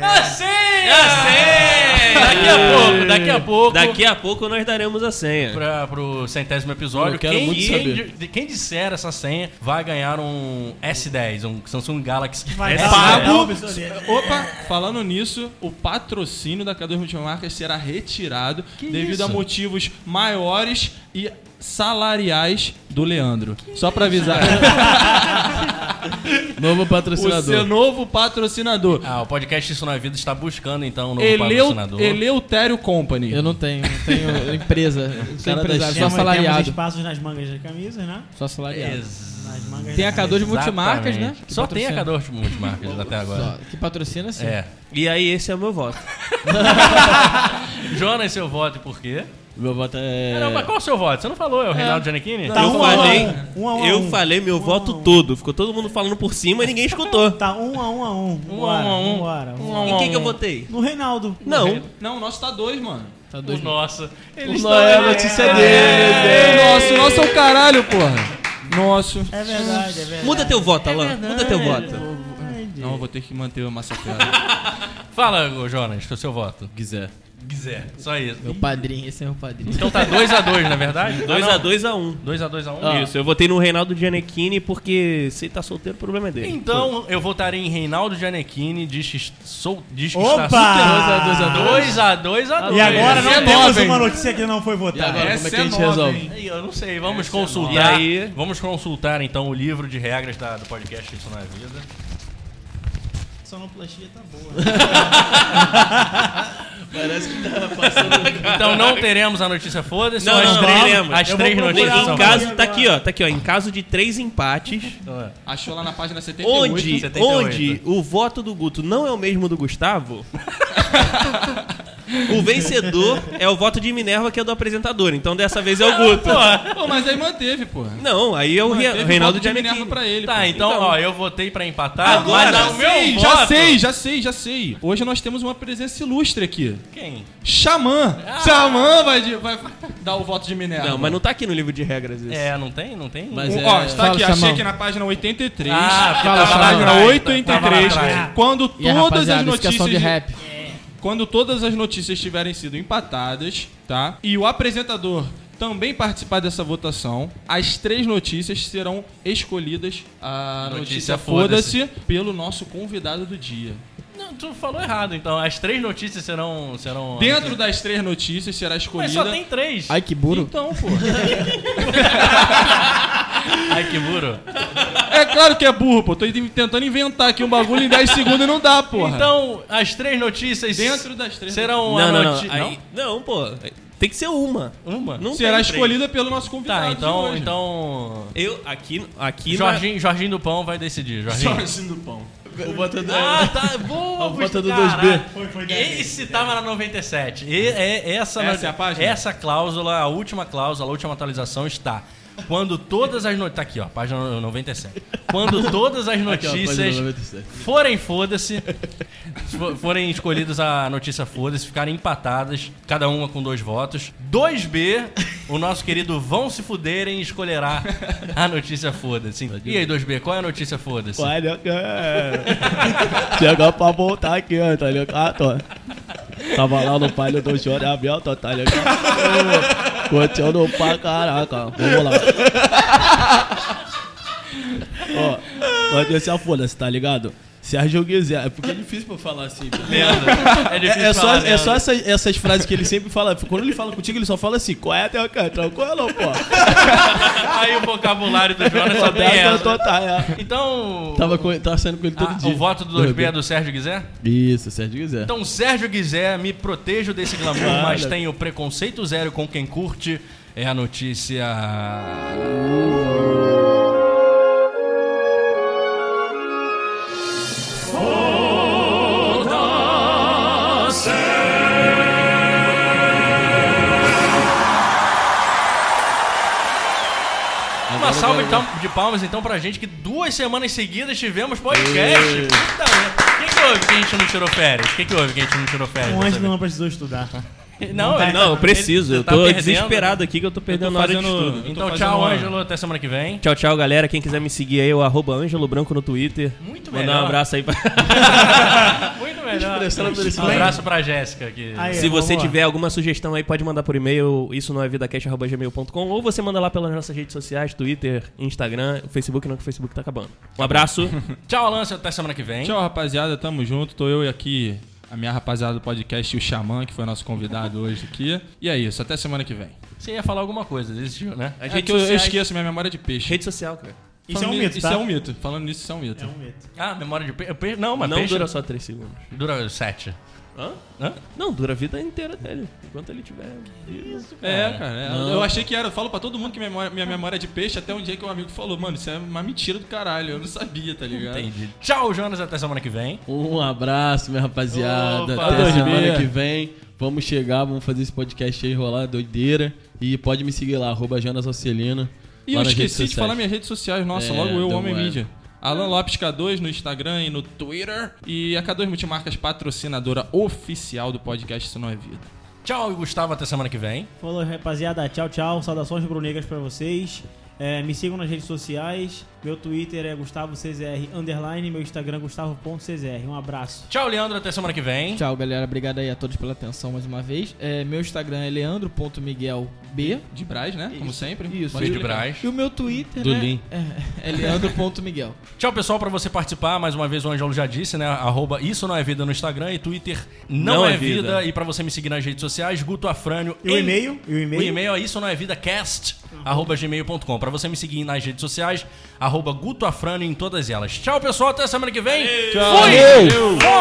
E: É assim!
B: Ah, a senha! A senha! É assim! Daqui a pouco, daqui a pouco.
G: Daqui a pouco nós daremos a senha.
B: Pra, pro centésimo episódio.
E: Eu quero
B: quem,
E: muito
B: quem
E: saber.
B: di- quem disser essa senha vai ganhar um S10, um Samsung Galaxy
C: Vai
B: S10.
C: dar-
D: pago.
C: é uma pessoa dele.
D: Opa, falando nisso, o patrocínio da K2 Multimarcas será retirado devido a motivos maiores e salariais do Leandro. Só pra avisar,
E: Novo
D: o seu
E: patrocinador.
D: novo patrocinador.
B: Ah, o podcast Isso na Vida está buscando então um novo
D: Eleu,
B: patrocinador.
D: Eleutério Company.
F: Eu não tenho, não tenho empresa. Não sou
E: Cara da
F: empresário, sou
E: China.
C: Temos
F: assalariado.
C: espaços nas mangas das camisas, né?
F: Sou assalariado.
B: Ex-
C: Nas mangas
F: Tem a
C: das
F: K2
B: exatamente.
F: multimarcas, né? Que
B: Só tem a
F: patrocina.
B: K2 multimarcas até agora.
F: Só, que patrocina sim.
B: É.
G: E aí, esse é o meu voto.
B: Jonas, seu voto e por quê?
E: Meu voto é.
B: Não, mas qual o seu voto? Você não falou, é o Reinaldo Giannichini?
C: Tá
G: eu
C: um a um,
G: falei,
C: um a um a
G: eu
C: um.
G: falei meu
C: Um a
G: voto
C: um.
G: todo. Ficou todo mundo falando por cima e ninguém escutou.
C: Tá um a um a um. Bora,
B: um a um.
C: vambora, vambora.
G: em quem que eu votei?
C: No Reinaldo.
G: Não.
D: Não, o nosso tá dois, mano.
F: Tá dois
B: O nosso. Eles
E: Não é a notícia dele.
D: Nosso, nosso é o caralho, porra. Nosso.
C: É verdade, é verdade.
G: Muda teu voto, Alan. Muda teu voto.
D: Não, eu vou ter que manter o massacrado.
B: Fala, ô, Jonas, o seu voto.
E: Quiser.
B: Quiser. Só isso.
F: Meu padrinho, esse é meu padrinho.
B: Então tá 2x2, na verdade?
G: 2x2x1.
B: 2x2x1.
G: Isso, eu votei no Reinaldo Gianecchini porque se ele tá solteiro, o problema é dele.
B: Então, eu votarei em Reinaldo Gianecchini, diz que, sou, diz que
C: Opa!
B: está solteiro. 2x2x2.
C: E agora
D: Esse é
C: não temos
D: nova, hein?
C: uma notícia que não foi
E: E
C: votada.
E: agora, como é que a gente resolve?
B: Eu não sei, vamos consultar.
G: nova. E aí?
B: Vamos consultar então o livro de regras da- do podcast Isso na Vida.
C: Sonoplastia tá boa. <laughs>
B: Então não teremos a notícia foda-se,
G: Não,
B: só as
G: não,
B: três,
G: teremos.
B: as
C: Eu
B: três
C: vou procurar
B: notícias
C: um
B: são
G: Em
C: cara.
B: caso.
G: caso, tá aqui, ó. Tá aqui, ó. Em caso de três empates,
D: Achou lá na página 78.
G: onde,
C: um,
B: 78.
G: onde o voto do Guto não é o mesmo do Gustavo,
C: <laughs>
G: o vencedor é o voto de Minerva, que é do apresentador. Então dessa vez
C: Ah,
G: é o Guto.
D: Pô, mas aí manteve, porra.
G: Não, aí é o Re-
D: Manteve
G: Reinaldo
D: voto de Minerva
G: Gianecchini.
D: pra ele.
B: Tá,
D: pô.
B: então,
G: Então.
B: ó, eu votei pra empatar,
G: Agora,
B: mas é o meu
D: Sim,
B: voto...
D: já sei, já sei, já sei. Hoje nós temos uma presença ilustre aqui.
B: Quem?
D: Xamã.
B: Ah.
D: Xamã vai, de- vai dar o voto de Minerva.
G: Não, mas não tá aqui no livro de regras isso.
B: É, não tem? Não tem?
E: Mas
D: O-
E: é-
D: Ó, está
F: Fala,
D: aqui,
F: Xamã.
D: achei aqui na página 83.
B: Ah, porque
D: na
B: tava lá
D: página
B: atrás,
D: 83,
B: tava lá atrás.
D: quando
F: E a
D: todas as
F: rapaziada, isso que é
D: notícias
F: som de rap.
D: quando todas as notícias tiverem sido empatadas, tá? E o apresentador também participar dessa votação, as três notícias serão escolhidas a
B: Notícia
D: notícia,
B: foda-se.
D: foda-se pelo nosso convidado do dia.
B: Não, tu falou errado, então. As três notícias serão... serão
D: Dentro das três notícias será escolhida.
B: Mas só tem três.
F: Ai, que burro.
D: Então, pô.
B: Ai, que burro.
D: É claro que é burro, pô. Tô in- tentando inventar aqui um bagulho em 10 segundos e não dá, porra.
B: Então, as três notícias
D: dentro das três
B: serão
G: Não,
B: a
G: não, não.
B: noti-
G: Aí- não, pô. Tem que ser uma.
B: Uma?
G: Não
D: será
G: tem três.
D: escolhida pelo nosso convidado.
B: Tá,
D: de
B: então...
D: hoje.
B: então...
G: Eu, aqui, aqui é- na-
B: Jorginho, Jorginho do Pão vai decidir, Jorginho.
D: <laughs> Jorginho do pão.
E: O voto do.
B: Ah, tá. Boa,
E: A volta do
B: Gustavo.
E: 2B.
B: Foi, foi Esse tava na 97.
E: Hum.
B: E, é, essa
D: Essa é a página?
B: essa cláusula, a última cláusula, a última atualização está. Quando todas as notícias. Tá aqui, ó, página 97. Quando todas as
E: ó, página
B: notícias
E: 97.
B: forem foda-se, fo- forem escolhidas a notícia foda-se, ficarem empatadas, cada uma com dois votos. 2B, o nosso querido Vão Se Fuderem escolherá a notícia foda-se.
E: Tá
B: E aí, 2B, qual é a notícia foda-se?
E: Olha, é. Chega pra voltar aqui, ó, tá ligado? Tava lá no palio do Jorge Abel, tá, tá ligado? Ô, Curtindo pra caraca. Vamos lá. Ó, nós descer a folha, tá ligado? Sérgio Guizé, é porque é difícil pra eu falar assim.
B: Merda. É difícil
E: É, é só,
B: falar
E: é
B: merda.
E: só essas, essas frases que ele sempre fala. Quando ele fala contigo, ele só fala assim: qual é teu cantrão? Qual é, não, pô?
B: Aí o vocabulário do Jonas só
E: Só
B: tem
E: tem essa.
B: essa.
E: Total, é.
B: Então.
E: Tava, com, tava saindo com ele todo
B: ah,
E: dia.
B: o voto do 2B é do Sérgio Guizé?
E: Isso, Sérgio Guizé.
B: Então, Sérgio Guizé, me protejo desse glamour,
E: Cara.
B: mas tenho preconceito zero com quem curte. É a notícia. Uma salva então, de palmas então pra gente que duas semanas seguidas tivemos podcast.
E: Ei.
B: Puta merda. O que, que houve que a gente não tirou férias? O que, que houve que a gente não tirou férias?
C: O
B: dessa
C: Ângelo não precisou estudar.
B: vez? Não, ele-
G: Não, eu preciso.
B: ele
G: Eu
B: tá
G: tô
B: perdendo.
G: desesperado aqui que eu tô perdendo hora de estudo.
B: Então,
D: fazendo
B: tchau,
D: uma-
B: Ângelo. Até semana que vem.
G: Tchau, tchau, galera. Quem quiser me seguir aí, eu arroba Ângelo Branco no Twitter.
B: Muito
G: Mandar
B: melhor.
G: um abraço aí pra...
B: Tá. Muito melhor.
E: Expressando
B: Um
E: merecimento.
B: abraço pra Jéssica. Que...
C: Aí,
G: <laughs> Se
C: vamos
G: você
C: lá.
G: tiver alguma sugestão aí, pode mandar por e-mail, isso não é vidacast.gmail.com, ou você manda lá pelas nossas redes sociais, Twitter, Instagram, Facebook, não, que o Facebook tá acabando. Um abraço.
B: Tchau, Lance. Até semana que vem.
D: Tchau, rapaziada. Tamo junto. Tô eu e aqui, a minha rapaziada do podcast, o Xamã, que foi nosso convidado hoje aqui. E é isso. Até semana que vem.
B: Você ia falar alguma coisa, desistiu, né?
G: As
D: É que eu, eu esqueço minha memória de peixe.
G: Rede social, cara.
C: Isso é um
D: Falando
C: mito,
D: Isso
C: tá?
D: é um mito. Falando nisso, isso é um mito.
C: É um mito.
B: Ah, memória de peixe. Pe- Não, mas
G: não
B: peixe
G: dura só 3 segundos.
B: dura sete.
G: Hã?
B: Hã?
G: Não, dura a vida inteira dele. Enquanto ele tiver. Isso,
D: É, cara. é. Eu achei que era. Eu falo pra todo mundo que minha memória, minha memória é de peixe até um dia que um amigo falou, mano, isso é uma mentira do caralho. Eu não sabia, tá ligado?
B: Entendi. Tchau, Jonas. Até semana que vem.
E: Um abraço, minha rapaziada.
B: Opa,
E: Até
B: dois
E: semana
D: dias.
E: que vem. Vamos chegar, vamos fazer esse podcast aí rolar, doideira. E pode me seguir lá, arroba Jonas Alcelino.
D: E
E: lá
D: eu
E: nas redes
D: esqueci de
E: sociais.
D: falar minhas redes sociais. Nossa,
E: É,
D: logo eu,
E: então
D: Homem
E: é.
D: Mídia. Alan Lopes K2 no Instagram e no Twitter. E a K2 Multimarcas, patrocinadora oficial do podcast Isso Não É Vida.
B: Tchau, Gustavo. Até semana que vem.
C: Falou, rapaziada. Tchau, tchau. Saudações rubro-negras pra vocês. É, me sigam nas redes sociais. Meu Twitter é GustavoCZR, underline. Meu Instagram é gustavo.czr. Um abraço.
B: Tchau, Leandro. Até semana que vem.
F: Tchau, galera. Obrigado aí a todos pela atenção mais uma vez. É, meu Instagram é leandro.miguelb.
D: De Braz, né? Como sempre.
F: Isso.
B: Beijo de Braz.
F: E o meu Twitter,
E: Do
F: né?
E: Lin.
F: <laughs> É, é leandro.miguel.
B: Tchau, pessoal, pra você participar. Mais uma vez, o Ângelo já disse, né? Arroba Isso Não É Vida no Instagram e Twitter Não, é, vida. E pra você me seguir nas redes sociais, Guto Afrânio.
C: E o
B: em-
C: e-mail? E o
B: O
C: e-mail?
B: e-mail é isso não é vida cast arroba gmail.com. Pra você me seguir nas redes sociais, arroba Guto Afrânio em todas elas. Tchau, pessoal. Até semana que vem. Fui! Fui!